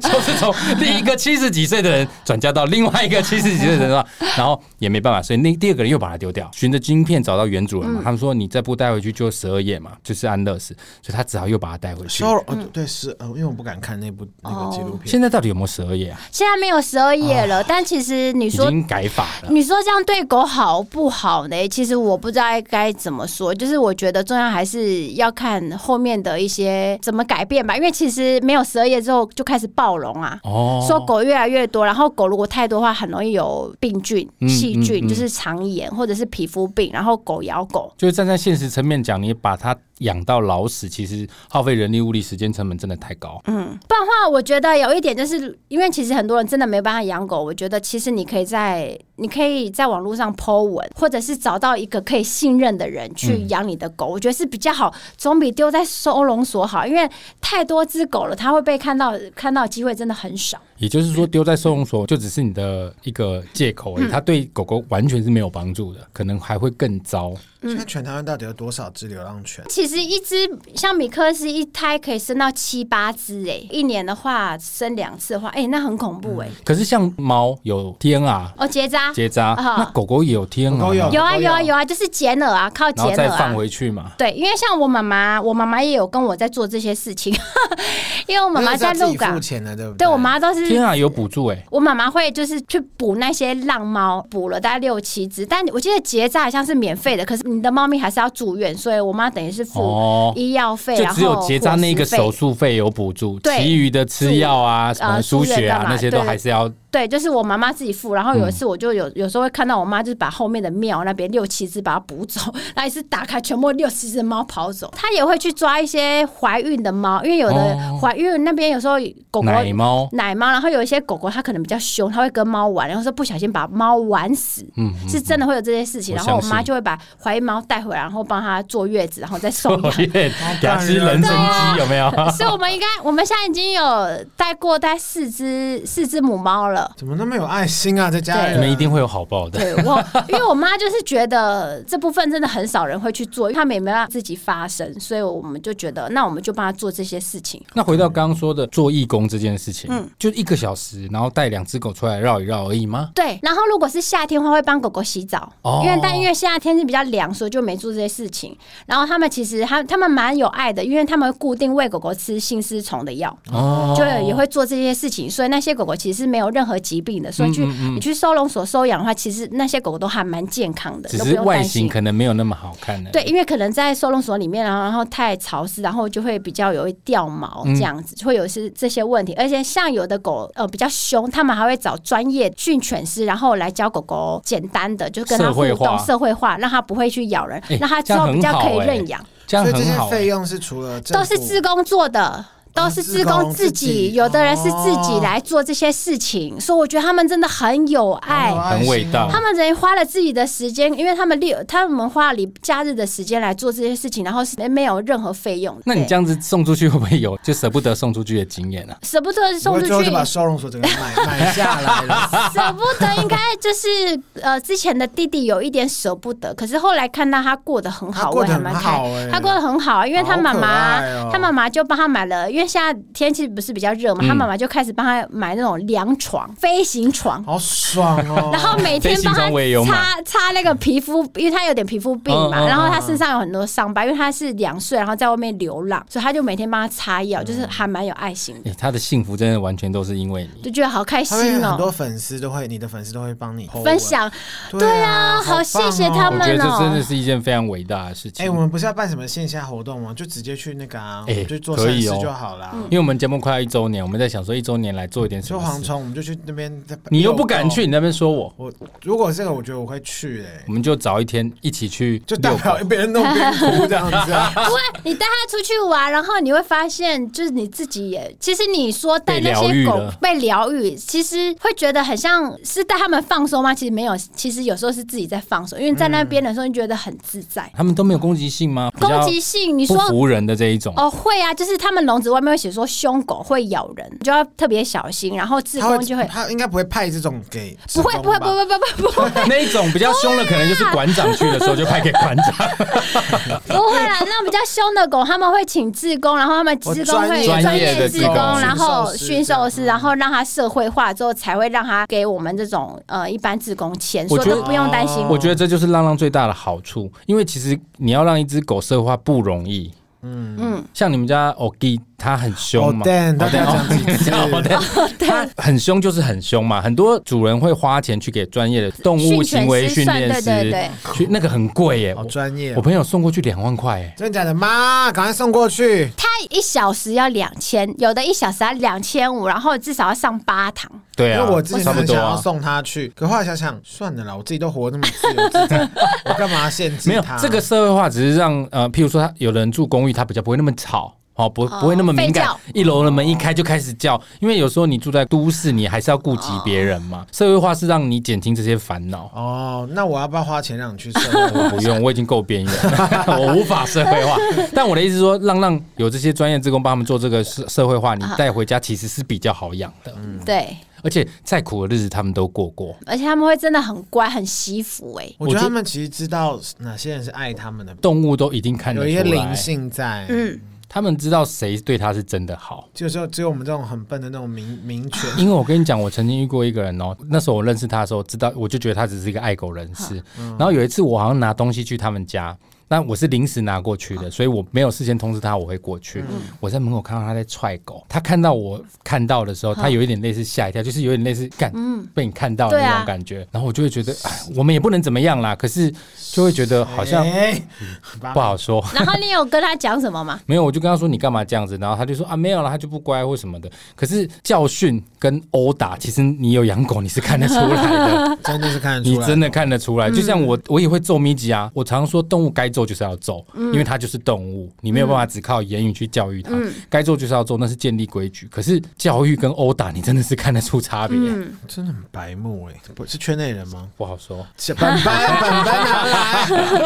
Speaker 3: 就是从第一个七十几岁的人转嫁到另外一个七十几岁的 人了，然后也没办法，所以那第二个人又把它丢掉，循着晶片找到原主人
Speaker 2: 嗯
Speaker 3: 嘛，他们说你再不带回去就十二夜嘛，就是安乐死，所以他只好又把它带回去
Speaker 4: 收。容哦对是，呃因为我不敢看那部
Speaker 2: 哦
Speaker 4: 那个纪录片，
Speaker 3: 现在到底有没有十二夜啊？
Speaker 2: 现在没有十二页了，但其实你
Speaker 3: 已
Speaker 2: 说嗯
Speaker 3: 经改法了。
Speaker 2: 你说这样对狗好不好呢？其实我不知道该怎么说，就是我觉得重要还是要看后面的一些怎么改变吧，因为其实没有十二页之后就开始暴龙啊。
Speaker 3: 哦，
Speaker 2: 说狗越来越多，然后狗如果太多的话，很容易有病菌、
Speaker 3: 嗯
Speaker 2: 细菌，
Speaker 3: 嗯嗯
Speaker 2: 就是肠炎或者是皮肤病，然后狗咬狗，
Speaker 3: 就是站在现实层面讲，你把它养到老死，其实耗费人力、物力、时间成本真的太高。
Speaker 2: 不然的话，我觉得有一点就是，因为其实很多人真的没办法养狗。我觉得其实你可以在你可以在网络上 Po 文，或者是找到一个可以信任的人去养你的狗，我觉得是比较好，总比丢在收容所好。因为太多只狗了，它会被看到，看到的机会真的很少。
Speaker 3: 也就是说，丢在收容所就只是你的一个借口
Speaker 2: 嗯
Speaker 3: 而已，它对狗狗完全是没有帮助的，可能还会更糟。
Speaker 4: 现在全台湾到底有多少只流浪犬？
Speaker 2: 其实一只像米克斯一胎可以生到七八只，哎，一年的话生两次的话，哎、那很恐怖哎、
Speaker 3: 可是像猫有 TNR
Speaker 2: 哦，结扎。
Speaker 3: 嗯结扎，
Speaker 2: 啊
Speaker 3: 那狗狗也有 TNR，
Speaker 4: 狗狗
Speaker 3: 吗
Speaker 4: 有
Speaker 2: 有啊有啊有啊，就是剪耳啊，靠剪
Speaker 3: 然后
Speaker 2: 耳
Speaker 3: 再
Speaker 2: 啊，
Speaker 3: 放回去嘛。
Speaker 2: 对，因为像我妈妈，我妈妈也有跟我在做这些事情， 因为我妈妈在
Speaker 4: 那是要
Speaker 2: 鹿
Speaker 4: 自己付
Speaker 2: 港，
Speaker 4: 钱的，对不
Speaker 2: 对我妈都是。
Speaker 3: TNR 有补助哎、
Speaker 2: 我妈妈会就是去捕那些浪猫，捕了大概六七只，但我记得结扎好像是免费的，可是你的猫咪还是要住院，所以我妈等于是付
Speaker 3: 哦，
Speaker 2: 医药费，
Speaker 3: 就
Speaker 2: 然后
Speaker 3: 只有结扎那
Speaker 2: 伙
Speaker 3: 个
Speaker 2: 食费
Speaker 3: 手术费有补助，
Speaker 2: 对
Speaker 3: 其余的吃药啊、什么
Speaker 2: 呃
Speaker 3: 输血
Speaker 2: 住院
Speaker 3: 啊
Speaker 2: 干嘛
Speaker 3: 那些都
Speaker 2: 对
Speaker 3: 还是要
Speaker 2: 对，就是我妈妈自己付。然后有一
Speaker 3: 嗯
Speaker 2: 次我就有、有时候会看到我妈就是把后面的庙那边六七只把它捕走， 然后一次打开全部六七只猫跑走。她也会去抓一些怀孕的猫，因为有的
Speaker 3: 哦
Speaker 2: 怀孕那边有时候狗狗
Speaker 3: 奶 猫，
Speaker 2: 奶猫，然后有一些狗狗它可能比较凶，它会跟猫玩，然后说不小心把猫玩死，
Speaker 3: 嗯，
Speaker 2: 是真的会有这些事情。
Speaker 3: 我
Speaker 2: 然后我
Speaker 3: 相
Speaker 2: 妈
Speaker 3: 信
Speaker 2: 就会把怀孕猫带回来，然后帮它坐月子，然啊后再送
Speaker 3: 我
Speaker 2: 养。
Speaker 3: 也给它吃人参鸡有没有？
Speaker 2: 所以我们应该，我们现在已经有带过带四只四只母猫了。
Speaker 4: 怎么那么有爱心啊？这家 人，
Speaker 3: 你们一定会有好报的。
Speaker 2: 对我，因为我妈就是觉得这部分真的很少人会去做，因为他们也没办法自己发声，所以我们就觉得，那我们就帮她做这些事情。
Speaker 3: 那回到刚刚说的做义工这件事情，
Speaker 2: 嗯
Speaker 3: 就一个小时，然后带两只狗出来绕一绕而已吗？
Speaker 2: 对，然后如果是夏天的话，会帮狗狗洗澡，
Speaker 3: 哦
Speaker 2: 因为但因为现在天气比较凉，所以就没做这些事情。然后他们其实他他们蛮有爱的，因为他们会固定喂狗狗吃心丝虫的药，
Speaker 3: 哦，
Speaker 2: 就也会做这些事情，所以那些狗狗其实是没有任何疾病的。所以
Speaker 3: 嗯
Speaker 2: 去、你去收容所收养的话，其实那些狗狗都还蛮健康的，
Speaker 3: 只
Speaker 2: 都不
Speaker 3: 是
Speaker 2: 用
Speaker 3: 外
Speaker 2: 担
Speaker 3: 形
Speaker 2: 心。
Speaker 3: 可能没有那么好看了。
Speaker 2: 对，，因为可能在收容所里面，然后然后太潮湿，然后就会比较有掉毛
Speaker 3: 嗯
Speaker 2: 这样子，会有是这些问题。而且像有的狗呃比较凶，他们还会找专业训犬师，然后来教狗狗简单的，就跟它
Speaker 3: 社
Speaker 2: 互
Speaker 3: 会化
Speaker 2: 动社会化，让它不会去咬人，
Speaker 3: 哎
Speaker 2: 让它之
Speaker 3: 这样
Speaker 2: 后
Speaker 3: 很
Speaker 2: 比较可以
Speaker 3: 好哎
Speaker 2: 认养。
Speaker 3: 这样
Speaker 4: 所以这
Speaker 3: 很
Speaker 4: 些
Speaker 3: 好欸、
Speaker 4: 费用是除了政
Speaker 2: 都
Speaker 4: 府
Speaker 2: 是自工做的。都是哦自
Speaker 4: 志
Speaker 2: 工
Speaker 4: 工
Speaker 2: 自
Speaker 4: 自
Speaker 2: 己，
Speaker 4: 己
Speaker 2: 有的人是自己
Speaker 4: 哦
Speaker 2: 来做这些事情，所以我觉得他们真的很有爱
Speaker 4: 好有。爱
Speaker 3: 很
Speaker 4: 心
Speaker 3: 伟大
Speaker 4: 哦
Speaker 2: 他们人花了自己的时间，因为他们利，他们花了假日的时间来做这些事情，然后是没没有任何费用的。
Speaker 3: 那你
Speaker 2: 对
Speaker 3: 这样子送出去会不会有 就舍不得送出去的经验啊？
Speaker 2: 舍不得
Speaker 4: 我
Speaker 2: 送出
Speaker 4: 最后
Speaker 2: 去
Speaker 4: 就，把 收容所整个买买下来 了。
Speaker 2: 舍不得应该就是呃，之前的弟弟有一点舍不得，可是后来看到他过得很
Speaker 4: 他
Speaker 2: 好，
Speaker 4: 过
Speaker 2: 我
Speaker 4: 得
Speaker 2: 还
Speaker 4: 很
Speaker 2: 蛮
Speaker 4: 好
Speaker 2: 开
Speaker 4: 欸
Speaker 2: 他过得很好，因为他
Speaker 4: 好
Speaker 2: 妈
Speaker 4: 可
Speaker 2: 妈
Speaker 4: 爱哦，嗯
Speaker 2: 他妈妈就帮他买了，因为现在天气不是比较热嘛，他妈妈就开始帮他买那种凉床、飞行床。
Speaker 4: 好爽哦！
Speaker 2: 然后每天帮
Speaker 3: 飞行
Speaker 2: 他
Speaker 3: 装我也有买
Speaker 2: 擦擦那个皮肤，因为他有点皮肤病嘛，
Speaker 3: 嗯嗯嗯
Speaker 2: 然后他身上有很多伤疤，因为他是两岁，然后在外面流浪，所以他就每天帮他擦药，
Speaker 3: 嗯
Speaker 2: 就是还蛮有爱心的，
Speaker 3: 哎、他的幸福真的完全都是因为你。
Speaker 2: 就觉得好开
Speaker 4: 他们
Speaker 2: 心
Speaker 4: 有很
Speaker 2: 哦。
Speaker 4: 多粉丝都会，你的粉丝都会帮你 po 文
Speaker 2: 分。享
Speaker 4: 对啊，
Speaker 2: 好
Speaker 4: 好棒哦
Speaker 2: 谢谢他
Speaker 3: 我
Speaker 2: 们
Speaker 3: 觉得这
Speaker 2: 哦
Speaker 3: 真的是一件非常伟大的事情。
Speaker 4: 哎，我们不是要办什么线下活动吗？就直接去那个啊，我
Speaker 3: 哎
Speaker 4: 们就做
Speaker 3: 可
Speaker 4: 善
Speaker 3: 以
Speaker 4: 事
Speaker 3: 哦
Speaker 4: 就好啦。
Speaker 2: 嗯
Speaker 3: 因为我们节目快要一周年，我们在想说一周年来做一点什
Speaker 4: 就
Speaker 3: 么
Speaker 4: 蝗
Speaker 3: 事。
Speaker 4: 虫，我们就去那边。
Speaker 3: 你又不敢去，你在那边说我，
Speaker 4: 我如果这个，我觉得我会去诶，
Speaker 3: 我们就找一天一起去
Speaker 4: 就代
Speaker 3: 遛
Speaker 4: 表
Speaker 3: 狗。
Speaker 4: 一边弄边哭这样子啊。
Speaker 2: 不会，你带它出去玩，然后你会发现，就是你自己也，其实你说带那
Speaker 3: 被疗
Speaker 2: 些
Speaker 3: 愈
Speaker 2: 狗
Speaker 3: 了
Speaker 2: 被疗愈，其实会觉得很像是带他们放松吗？其实没有，其实有时候是自己在放松，因为在那边的时候，你觉得很自在。
Speaker 3: 他们都没有攻击性吗？嗯比 较
Speaker 2: 攻击性，你
Speaker 3: 不
Speaker 2: 说
Speaker 3: 服人的这一种。
Speaker 2: 哦会啊，就是他们笼子外面会写说凶狗会咬人，你就要特别小心，然后 自
Speaker 4: 他
Speaker 2: 宫就会。
Speaker 4: 他应该不会派这种给
Speaker 2: 不会
Speaker 4: 志工
Speaker 2: 不会
Speaker 4: 吧
Speaker 2: 不会不会不会
Speaker 3: 那一种比较 凶的，
Speaker 2: 啊
Speaker 3: 可能就是馆长去的时候就派给馆长，
Speaker 2: 不会啦！那种比较凶的狗，他们会请志工，然后他们志工
Speaker 4: 专
Speaker 2: 会
Speaker 4: 业
Speaker 3: 专业的
Speaker 2: 业
Speaker 3: 志
Speaker 2: 志工，
Speaker 3: 工
Speaker 2: 然后
Speaker 4: 驯
Speaker 2: 驯
Speaker 4: 兽
Speaker 2: 兽
Speaker 4: 师
Speaker 2: 师，然后让他社会化之后，才会让他给我们这种呃一般志工钱，
Speaker 3: 我
Speaker 2: 所以
Speaker 3: 觉
Speaker 2: 都
Speaker 3: 得
Speaker 2: 不用担心。
Speaker 3: 我觉得这就是浪浪最大的好处，因为其实你要让一只狗社会化不容易。嗯嗯，像你们家 Ogi，它很凶嘛
Speaker 4: 哦，Dan，他要讲几次
Speaker 3: 哦
Speaker 2: 哦
Speaker 3: 它很凶就是很凶嘛。很多主人会花钱去给专业的动物
Speaker 2: 训犬
Speaker 3: 行为
Speaker 2: 师
Speaker 3: 训
Speaker 2: 算
Speaker 3: 练
Speaker 2: 对对
Speaker 3: 师
Speaker 2: 对，
Speaker 3: 去那个很贵耶，
Speaker 4: 好
Speaker 3: 我
Speaker 4: 专业
Speaker 3: 我
Speaker 4: 哦，
Speaker 3: 朋友送过去两万块耶，
Speaker 4: 真的假的？妈，赶快送过去。
Speaker 2: 他一小时要两千，有的一小时要两千五，然后至少要上八堂。
Speaker 3: 对
Speaker 4: 因为
Speaker 3: 啊，
Speaker 4: 我之前
Speaker 3: 差不
Speaker 4: 很
Speaker 3: 多
Speaker 4: 想要
Speaker 3: 啊。
Speaker 4: 送他去，可后来想想，算了啦，我自己都活那么自由自 在，我干嘛限制
Speaker 3: 没有
Speaker 4: 他？
Speaker 3: 这个社会化，只是让呃，譬如说，他有的人住公寓，他比较不会那么吵。哦，不，不会那么敏感
Speaker 2: 吠叫。
Speaker 3: 一楼的门一开就开始叫，因为有时候你住在都市，你还是要顾及别人嘛。
Speaker 2: 哦
Speaker 3: 社会化是让你减轻这些烦 恼。
Speaker 4: 哦，那我要不要花钱让你 去送我？
Speaker 3: 不用，我已经够边缘， 我无法社 会化。但我的意思是说，让让有这些专业职工帮他们做这个社社会化，
Speaker 2: 啊
Speaker 3: 你带回家其实是比较好养的。
Speaker 4: 嗯
Speaker 2: 对，
Speaker 3: 而且再苦的日子他们都过过。
Speaker 2: 而且他们会真的很乖，很惜福哎、
Speaker 4: 我觉得他们其实知道哪些人是爱他们的，
Speaker 3: 动物都一定看得
Speaker 4: 有一
Speaker 3: 出
Speaker 4: 些灵
Speaker 3: 来，
Speaker 4: 性在。
Speaker 2: 嗯，
Speaker 3: 他们知道谁对他是真的好。
Speaker 4: 就是只有我们这种很笨的那种民民犬，
Speaker 3: 因为我跟你讲，我曾经遇过一个人哦，那时候我
Speaker 2: 嗯
Speaker 3: 认识他的时候，知道我就觉得他只是一个爱狗人士。然后有一次，我好像拿东西去他们家，那我是临时拿过去的，所以我没有事先通知他我会过去。
Speaker 2: 嗯
Speaker 3: 我在门口看到他在踹狗，他看到我看到的时候，他有一点类似吓一跳，就是有点类似干被你看到的
Speaker 2: 对啊
Speaker 3: 那种感觉。然后我就会觉得，哎，我们也不能怎么样啦，可是就会觉得 好像 嗯
Speaker 4: 哎
Speaker 3: 不好说。
Speaker 2: 然后你有跟他讲什么吗？
Speaker 3: 没有，我就跟他说你干嘛这样子，然后他就说啊没有了，他就不乖或什么的。可是教训跟殴打，其实你有养狗你是看得出来的，
Speaker 4: 真的是看得
Speaker 3: 你
Speaker 4: 出来，
Speaker 3: 真的看得出来。就像我，我也会揍咪吉啊，我常说动物该揍就是要揍，因为它就是动物，你没有办法只靠言语去教育它，该揍就是要揍，那是建立规矩。可是教育跟殴打，你真的是看得出差别，
Speaker 4: 真的很白目哎、不是圈内人 吗？
Speaker 3: 不好说。
Speaker 4: 本班
Speaker 3: 啊
Speaker 4: 本班拿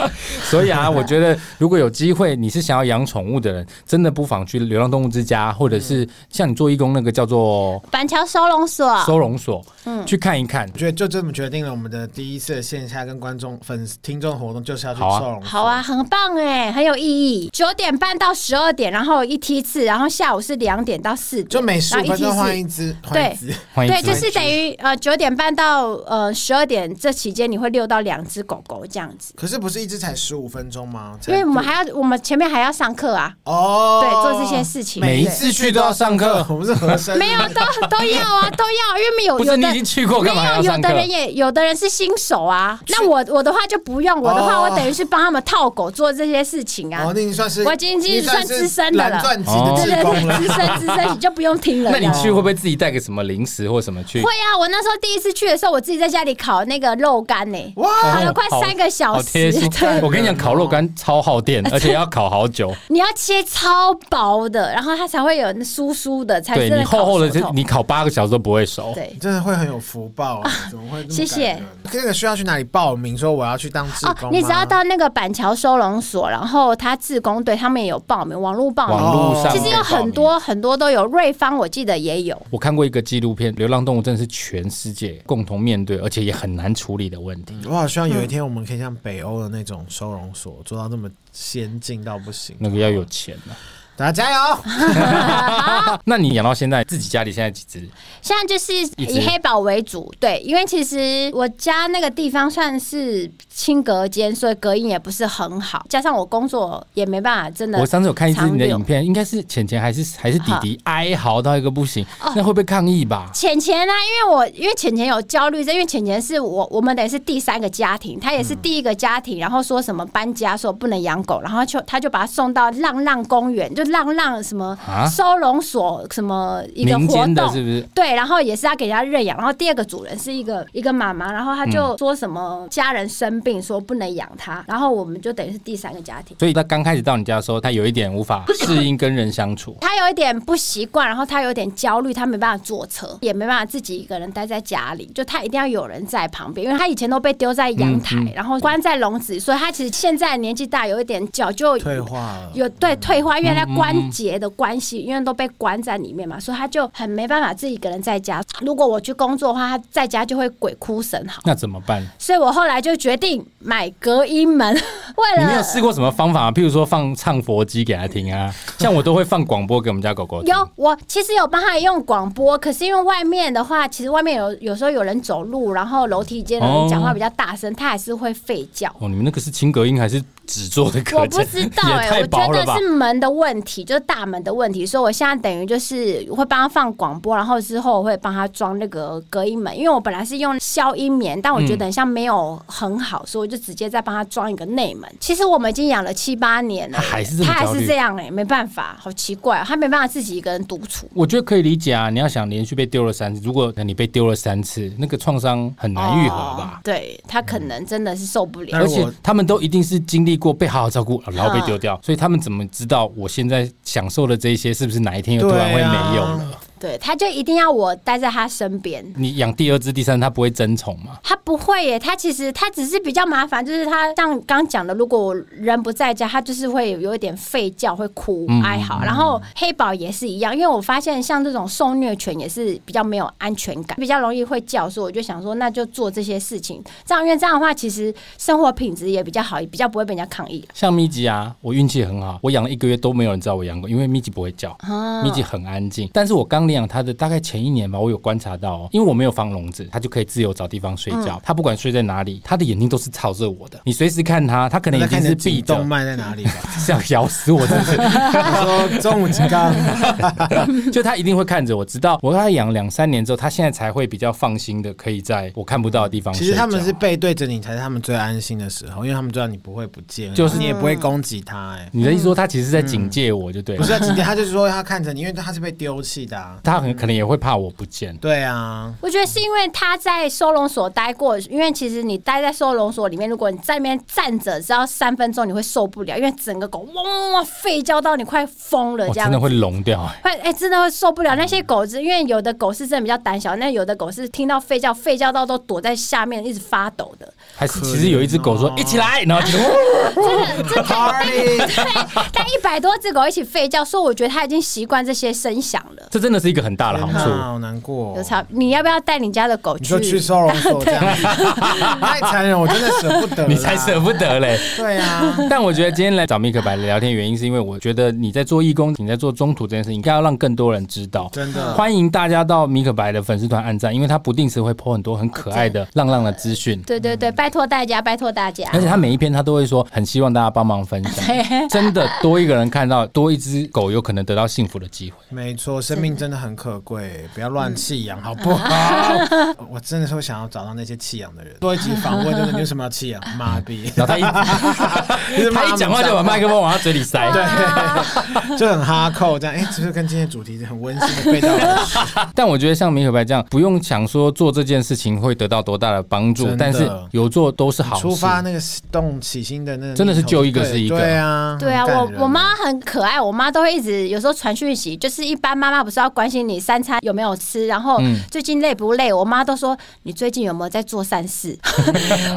Speaker 4: 来，
Speaker 3: 所以啊，我觉得如果有机会，你是想要养宠物的人，真的不妨去流浪动物之家，或者是像你做义工那个叫做。
Speaker 2: 板桥收容所，
Speaker 3: 收容所，
Speaker 2: 嗯
Speaker 3: 去看一看
Speaker 4: 我。觉得就这么决定了我们的第一次的线下跟观众粉丝听众活动就是要去
Speaker 3: 好啊
Speaker 4: 收容。
Speaker 2: 好啊，很棒哎，很有意义。九点半到十二点，然后一梯次，然后下午是两点到四点，
Speaker 4: 就每十
Speaker 2: 然
Speaker 4: 五
Speaker 2: 后
Speaker 4: 分
Speaker 2: 一梯
Speaker 4: 钟
Speaker 2: 次
Speaker 4: 换一只，换一只。
Speaker 3: 欢迎
Speaker 2: 对，
Speaker 3: 指挥
Speaker 2: 就是等于呃九点半到呃十二点这期间，你会遛到两只狗狗这样子，
Speaker 4: 可是不是一只才十五分钟吗？才
Speaker 2: 因为我们还要我们前面还要上课啊，
Speaker 4: 哦，
Speaker 2: 对做这些事情
Speaker 3: 每一次去都要上课，
Speaker 4: 我们是和声，
Speaker 2: 没有都都要 啊，都要，因为有
Speaker 3: 不
Speaker 2: 有
Speaker 3: 是你已
Speaker 2: 的
Speaker 3: 经去过，干嘛还
Speaker 2: 没有
Speaker 3: 要
Speaker 2: 有
Speaker 3: 上课
Speaker 2: 的？人也有的人是新手啊，那我我的话就不用，我的话
Speaker 4: 哦
Speaker 2: 我等于是帮他们套狗做这些事情啊
Speaker 4: 哦，，那你算是
Speaker 2: 我已经已经
Speaker 4: 你
Speaker 2: 算资深的了
Speaker 4: 蓝钻级
Speaker 3: 哦
Speaker 4: 的
Speaker 2: 对
Speaker 4: 志
Speaker 2: 对
Speaker 4: 工
Speaker 2: 哦 对，
Speaker 4: 了
Speaker 2: 资。深资深你就不用听了。
Speaker 3: 啊那你
Speaker 2: 这样
Speaker 3: 去会不会自己带个什么零食或什么去？
Speaker 2: 会啊，我那时候第一次去的时候，我自己在家里烤那个肉干呢、
Speaker 3: 哦
Speaker 4: 哇，
Speaker 2: 烤了啊快三个小时
Speaker 3: 好贴心
Speaker 2: 对。
Speaker 3: 我跟你讲，烤肉干超 耗电，而且要烤好久。
Speaker 2: 你要切超薄的，然后它才会有那酥酥的，才
Speaker 3: 对
Speaker 2: 真
Speaker 3: 你厚
Speaker 2: 烤
Speaker 3: 厚
Speaker 2: 熟
Speaker 3: 的，
Speaker 2: 透
Speaker 3: 你烤八个小时都不会熟。
Speaker 2: 对
Speaker 4: 真的会很有福报啊！怎么会这么感人？
Speaker 2: 谢谢
Speaker 4: 这个需要去哪里报名？说我要去当志
Speaker 2: 哦
Speaker 4: 工吗，
Speaker 2: 你只要到那个板桥收容所，然后他自工队他们也有报名，网络报
Speaker 3: 网
Speaker 2: 名，
Speaker 3: 络上
Speaker 2: 其实有很
Speaker 3: 可以报名。
Speaker 2: 多很多都有，瑞芳我记得也有。
Speaker 3: 我看过一个纪录片，《流浪动物》真的是全世界共同面对，而且也很难处理的问题。
Speaker 4: 我好希望有一天我们可以像北欧的那种收容所做到这么先进到不行。
Speaker 3: 那个要有钱啊
Speaker 4: 大家 加油！
Speaker 3: 那你养到现在，自己家里现在几只？
Speaker 2: 现在就是
Speaker 3: 直
Speaker 2: 以黑宝为主，对，因为其实我家那个地方算是清隔间，所以隔音也不是很好，加上我工作也没办法，真的
Speaker 3: 我上次有看一支你的
Speaker 2: 长久
Speaker 3: 影片，应该是浅浅还是还是弟弟哀嚎到一个不行，
Speaker 2: 哦
Speaker 3: 那会不会抗议吧？
Speaker 2: 浅浅啊，因为我因为浅浅有焦虑症，因为浅浅是我我们等于是第三个家庭，他
Speaker 3: 嗯
Speaker 2: 也是第一个家庭，然后说什么搬家说不能养狗，然后就他就把他送到浪浪公园，就浪浪什么
Speaker 3: 啊
Speaker 2: 收容所什么一个
Speaker 3: 民
Speaker 2: 活
Speaker 3: 间的
Speaker 2: 动
Speaker 3: 是。不是？
Speaker 2: 对，然后也是他给人家认养，然后第二个主人是一个一个妈妈，然后他
Speaker 3: 嗯
Speaker 2: 就说什么家人生病，说不能养他，然后我们就等于是第三个家庭。
Speaker 3: 所以他刚开始到你家的时候，他有一点无法适应跟人相处。
Speaker 2: 他有一点不习惯，然后他有点焦虑，他没办法坐车，也没办法自己一个人待在家里，就他一定要有人在旁边，因为他以前都被丢在阳台，
Speaker 3: 嗯
Speaker 2: 然后关在笼子，所以他其实现在年纪大，有一点脚就
Speaker 4: 退化了，
Speaker 2: 有对退化，因为他关节的关系，因为都被关在里面嘛，所以他就很没办法自己一个人在家。如果我去工作的话，他在家就会鬼哭神嚎，
Speaker 3: 那怎么 办？
Speaker 2: 所以我后来就决定买隔音门， 为
Speaker 3: 你没有
Speaker 2: 了。
Speaker 3: 试过什么方法吗？譬如说放唱佛机给他 听啊，像我都会放广播给我们家狗狗听。
Speaker 2: 有，我其实有帮他用广播，可是因为外面的话，其实外面有有时候有人走路，然后楼梯间的
Speaker 3: 哦
Speaker 2: 人讲话比较大声，他还是会吠叫。
Speaker 3: 哦，你们那个是轻隔音还是纸做的隔
Speaker 2: 我
Speaker 3: 间？
Speaker 2: 不知道哎、
Speaker 3: 也太
Speaker 2: 我觉
Speaker 3: 薄了
Speaker 2: 得
Speaker 3: 吧
Speaker 2: 是？门的问题，就是大门的问题，所以我现在等于就是会帮他放广播，然后之后我会帮他装那个隔音门，因为我本来是用消音棉，但我觉得很像没有很好，所以我就直接再帮他装一个内门。其实我们已经养了七八年了耶，
Speaker 3: 他嗯还是这么
Speaker 2: 他还
Speaker 3: 焦虑
Speaker 2: 是这样哎、没办法，好奇怪哦、他没办法自己一个人独处。
Speaker 3: 我觉得可以理解啊。你要想连续被丢了三次，如果你被丢了三次，那个创伤很难愈合吧嗯
Speaker 2: 哦？对他可能真的是受不了。
Speaker 4: 那
Speaker 3: 而
Speaker 4: 如果
Speaker 3: 且他们都一定是经历过被好好照顾，然后被丢掉，所以他们怎么知道我现在享受的这一些是不是哪一天又突然会
Speaker 4: 对啊
Speaker 3: 没有了？
Speaker 2: 对，他就一定要我待在他身边。
Speaker 3: 你养第二只、第三只，它不会争宠吗？
Speaker 2: 他不会耶，他其实他只是比较麻烦，就是他像刚讲的，如果我人不在家，他就是会有一点吠叫，会哭哀
Speaker 3: 嗯
Speaker 2: 嚎。然后黑宝也是一样，因为我发现像这种受虐犬也是比较没有安全感，比较容易会叫，所以我就想说，那就做这些事情，这样因为这样的话，其实生活品质也比较好，也比较不会被人家抗议。
Speaker 3: 像咪吉啊，
Speaker 4: 啊
Speaker 3: 我运气很好，我养了一个月都没有人知道我养狗，因为咪吉不会叫，咪吉很安静。但是我刚领养它的大概前一年吧，我有观察到哦，因为我没有放笼子，它就可以自由找地方睡
Speaker 4: 嗯
Speaker 3: 觉。它不管睡在哪里，它的眼睛都是朝着我的。你随时看它，它可能
Speaker 4: 那
Speaker 3: 已
Speaker 4: 看
Speaker 3: 经
Speaker 4: 你
Speaker 3: 是
Speaker 4: 的
Speaker 3: 闭
Speaker 4: 颈
Speaker 3: 着
Speaker 4: 动，脉在哪里 吧？
Speaker 3: 是要咬死我，真的是。
Speaker 4: 我说中午几缸，
Speaker 3: 就他一定会看着我，直到我跟他养两三年之后，他现在才会比较放心的，可以在我看不到的地方
Speaker 4: 其实他们
Speaker 3: 睡
Speaker 4: 是
Speaker 3: 觉。
Speaker 4: 背对着你才是他们最安心的时候，因为他们知道你不会不见，
Speaker 3: 就是
Speaker 4: 你也不会攻击他、哎，
Speaker 3: 你的意思说，他其实是在警戒我，就对
Speaker 4: 不
Speaker 3: 了。
Speaker 4: 是啊，今天他就是说他看着你，因为他是被丢弃的、啊。
Speaker 3: 他很可能也会怕我不见。
Speaker 4: 对啊，
Speaker 2: 我觉得是因为他在收容所待过，因为其实你待在收容所里面，如果你在那边站着，只要三分钟你会受不了，因为整个狗汪汪汪吠叫到你快疯了
Speaker 3: 我
Speaker 2: 这样
Speaker 3: 哦真的
Speaker 2: 子。
Speaker 3: 会聋掉、欸，
Speaker 2: 会哎、真的会受不了那些狗子，因为有的狗是真的比较胆小，那有的狗是听到吠叫，吠叫到都躲在下面一直发抖的。
Speaker 3: 还是其实有一只狗说
Speaker 4: 可怜哦
Speaker 3: 一起来，然后就
Speaker 4: Party，
Speaker 2: 但一百多只狗一起吠叫，说我觉得它已经习惯这些声响了。
Speaker 3: 这真的是一个很大的好
Speaker 4: 天哪
Speaker 3: 处。
Speaker 4: 好难过
Speaker 2: 有
Speaker 4: 哦。
Speaker 2: 差，你要不要带你家的狗
Speaker 4: 你
Speaker 2: 去
Speaker 4: 说？去收容所这样，太残忍，我真的舍不得。
Speaker 3: 你才舍？不得嘞！
Speaker 4: 对啊，
Speaker 3: 但我觉得今天来找米可白聊天，原因是因为我觉得你在做义工，你在做中途这件事，应该要让更多人知道。
Speaker 4: 真的。
Speaker 3: 欢迎大家到米可白的粉丝团按赞，因为他不定时会 po 很多很可爱的浪浪的资讯。
Speaker 2: 对对对，拜托大家，拜托大家。
Speaker 3: 而且他每一篇他都会说，很希望大家帮忙分 享。真的多一个人看到，多一只狗有可能得到幸福的机会。
Speaker 4: 没错，生命真的很可贵，不要乱弃养，好不好？
Speaker 3: 哦
Speaker 4: 我真的是会想要找到那些弃养的人，做一集访问，真的你为什么要弃养？妈逼！
Speaker 3: 然后他一 他一讲话就把麦克风往他嘴里塞。
Speaker 4: 对， 就很哈扣这样。哎，是不是跟今天的主题很温馨的味道很像？
Speaker 3: 但我觉得像米可白这样，不用想说做这件事情会得到多大的帮助，
Speaker 4: 真的
Speaker 3: 但是有做都是好事。
Speaker 4: 出发那个动起心的那个念头，
Speaker 3: 真的是救一个是一个
Speaker 4: 对啊，
Speaker 2: 对啊，
Speaker 4: 很感人
Speaker 2: 我我妈很可爱，我妈都会一直有时候传讯息，就是一般妈妈不是要关心你三餐有没有吃，然后
Speaker 3: 嗯
Speaker 2: 最近累不累，我妈都说你最近有没有在做善事。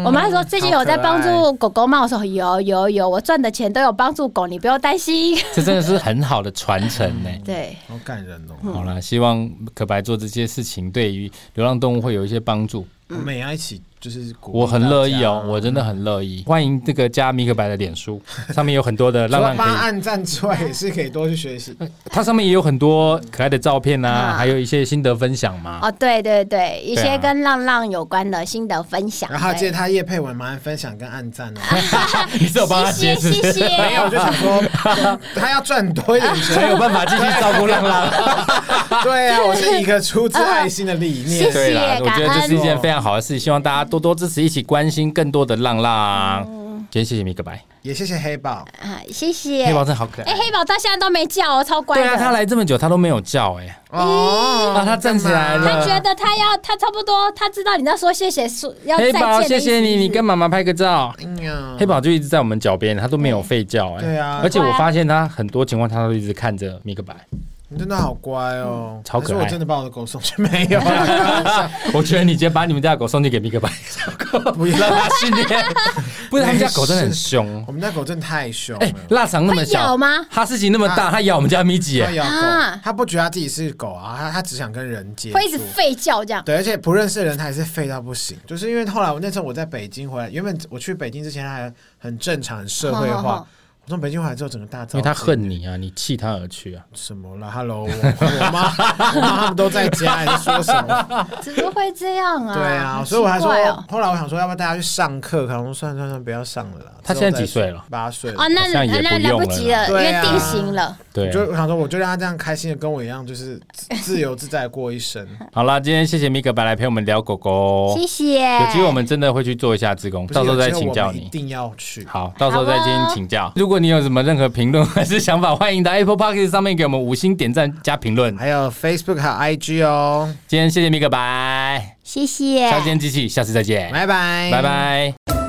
Speaker 2: 我妈说最近有在帮
Speaker 4: 好可
Speaker 2: 助狗狗吗？我说有有有，我赚的钱都有帮助狗，你不用担心。
Speaker 3: 这真的是很好的传承呢、
Speaker 2: 对，
Speaker 4: 好感人哦。
Speaker 3: 好啦，希望可白做这些事情对于流浪动物会有一些帮助，
Speaker 4: 我们也要一起，就是鼓励
Speaker 3: 我很乐意
Speaker 4: 大家
Speaker 3: 哦，我真的很乐意。欢迎这个加米可白的脸书，上面有很多的
Speaker 4: 除
Speaker 3: 浪
Speaker 4: 了
Speaker 3: 浪可
Speaker 4: 帮
Speaker 3: 以
Speaker 4: 暗赞之外，也是可以多去学 习。
Speaker 3: 它上面也有很多可爱的照片啊，
Speaker 2: 啊
Speaker 3: 还有一些心得分享嘛。
Speaker 2: 哦对对对，一
Speaker 3: 对啊
Speaker 2: 些跟浪浪有关的心得分享。
Speaker 4: 然后
Speaker 2: 对
Speaker 4: 借他叶佩文，麻烦分享跟暗 赞哦。
Speaker 3: 你是有帮他接是不
Speaker 2: 谢谢
Speaker 3: 是？
Speaker 2: 谢
Speaker 4: 没有，我
Speaker 2: 谢。
Speaker 4: 就想说， 他要赚多一点钱
Speaker 3: 才有办法继续照顾浪浪。
Speaker 4: 对啊，我是一个出自爱心的理
Speaker 2: 谢
Speaker 4: 念
Speaker 2: 谢。
Speaker 3: 对啦，我觉得
Speaker 2: 感
Speaker 3: 这
Speaker 2: 恩
Speaker 3: 是一件非常好的事，希望大家多多支持，一起关心更多的浪浪。今天谢谢米可白，
Speaker 4: 也谢谢黑豹，
Speaker 2: 啊，谢谢。
Speaker 3: 黑宝真好可
Speaker 2: 嗯哎，
Speaker 3: 爱。
Speaker 2: 黑宝到现在都没叫哦，超乖
Speaker 3: 对啊，
Speaker 2: 的。
Speaker 3: 他来这么久，他都没有叫哎。
Speaker 4: 哦
Speaker 3: 啊他站起来了
Speaker 2: 他觉得他要他差不多，他知道你在说谢谢，说要再
Speaker 3: 黑
Speaker 2: 见的
Speaker 3: 宝，
Speaker 2: 意思
Speaker 3: 谢谢你，你跟妈妈拍个照。
Speaker 4: 哎呀
Speaker 3: 黑宝就一直在我们脚边，他都没有吠叫哎。
Speaker 4: 对啊
Speaker 3: 而且我发现他很多情况，他都一直看着米可 白。
Speaker 4: 你真的好乖哦，
Speaker 3: 超可爱
Speaker 4: 还是我真的把我的狗送去没有 啊？开玩笑
Speaker 3: 我觉得你直接把你们家的狗送进给米可白，
Speaker 4: 不要
Speaker 3: 让他训 练。不是他们家狗真的很凶
Speaker 4: 我，们家狗真的太凶
Speaker 3: 哎
Speaker 4: 了，，
Speaker 3: 腊肠那么
Speaker 2: 它
Speaker 3: 小
Speaker 2: 咬吗
Speaker 3: 哈士奇那么大，它咬我们家米姐
Speaker 4: 哦啊它。咬狗
Speaker 2: 啊，
Speaker 4: 它不觉得它自己是狗啊，它它只想跟人接触
Speaker 2: 会一直吠叫这样。
Speaker 4: 对，而且不认识的人他还是废到不行，就是因为后来我那时候我在北京回来，原本我去北京之前他还很正常、很社会
Speaker 2: 好好
Speaker 4: 化
Speaker 2: 好。
Speaker 4: 我从北京回来之后，整个大
Speaker 3: 因
Speaker 4: 造
Speaker 3: 为它
Speaker 4: 型，
Speaker 3: 恨你啊，你弃它而去啊！
Speaker 4: 什么了？Hello，我我 妈我妈他们都在家，你在说什么？
Speaker 2: 怎么会这样啊？
Speaker 4: 对啊，
Speaker 2: 好奇
Speaker 4: 所以我还说
Speaker 2: 怪哦，，
Speaker 4: 后来我想说，要不要带他去上课？可能我算算算，不要上了啦。
Speaker 3: 他
Speaker 4: 之后
Speaker 3: 现在
Speaker 4: 再
Speaker 3: 几岁了？
Speaker 4: 八岁了。
Speaker 2: 哦，那
Speaker 3: 好像也
Speaker 2: 那
Speaker 3: 不
Speaker 2: 来
Speaker 3: 用
Speaker 2: 不
Speaker 3: 了
Speaker 2: 及
Speaker 3: 啦
Speaker 2: 了，因
Speaker 4: 对
Speaker 2: 为
Speaker 4: 啊
Speaker 2: 定型了。
Speaker 3: 对
Speaker 4: 就
Speaker 3: 啊，
Speaker 4: 我想说，我就让他这样开心的跟我一样，就是自自由自在地过 一生。
Speaker 3: 好啦，今天谢谢米可白来陪我们聊狗狗，
Speaker 2: 谢谢。
Speaker 3: 哦有机会我们真的会去做一下志工，
Speaker 4: 不是
Speaker 3: 到时候
Speaker 4: 有
Speaker 3: 再
Speaker 4: 机会
Speaker 3: 请
Speaker 4: 我
Speaker 3: 教
Speaker 4: 们一
Speaker 3: 你。
Speaker 4: 定啊要去。
Speaker 3: 好，到时候再
Speaker 2: 好
Speaker 3: 请
Speaker 2: 哦
Speaker 3: 请教。如果你有什么任何评论还是想法，欢迎到 Apple Podcast 上面给我们五星点赞加评论。
Speaker 4: 还有 Facebook 还有 IG 哦，
Speaker 3: 今天谢谢米可白，
Speaker 2: 谢谢。
Speaker 3: 下次见机器，下次再见，
Speaker 4: 拜拜，
Speaker 3: 拜拜。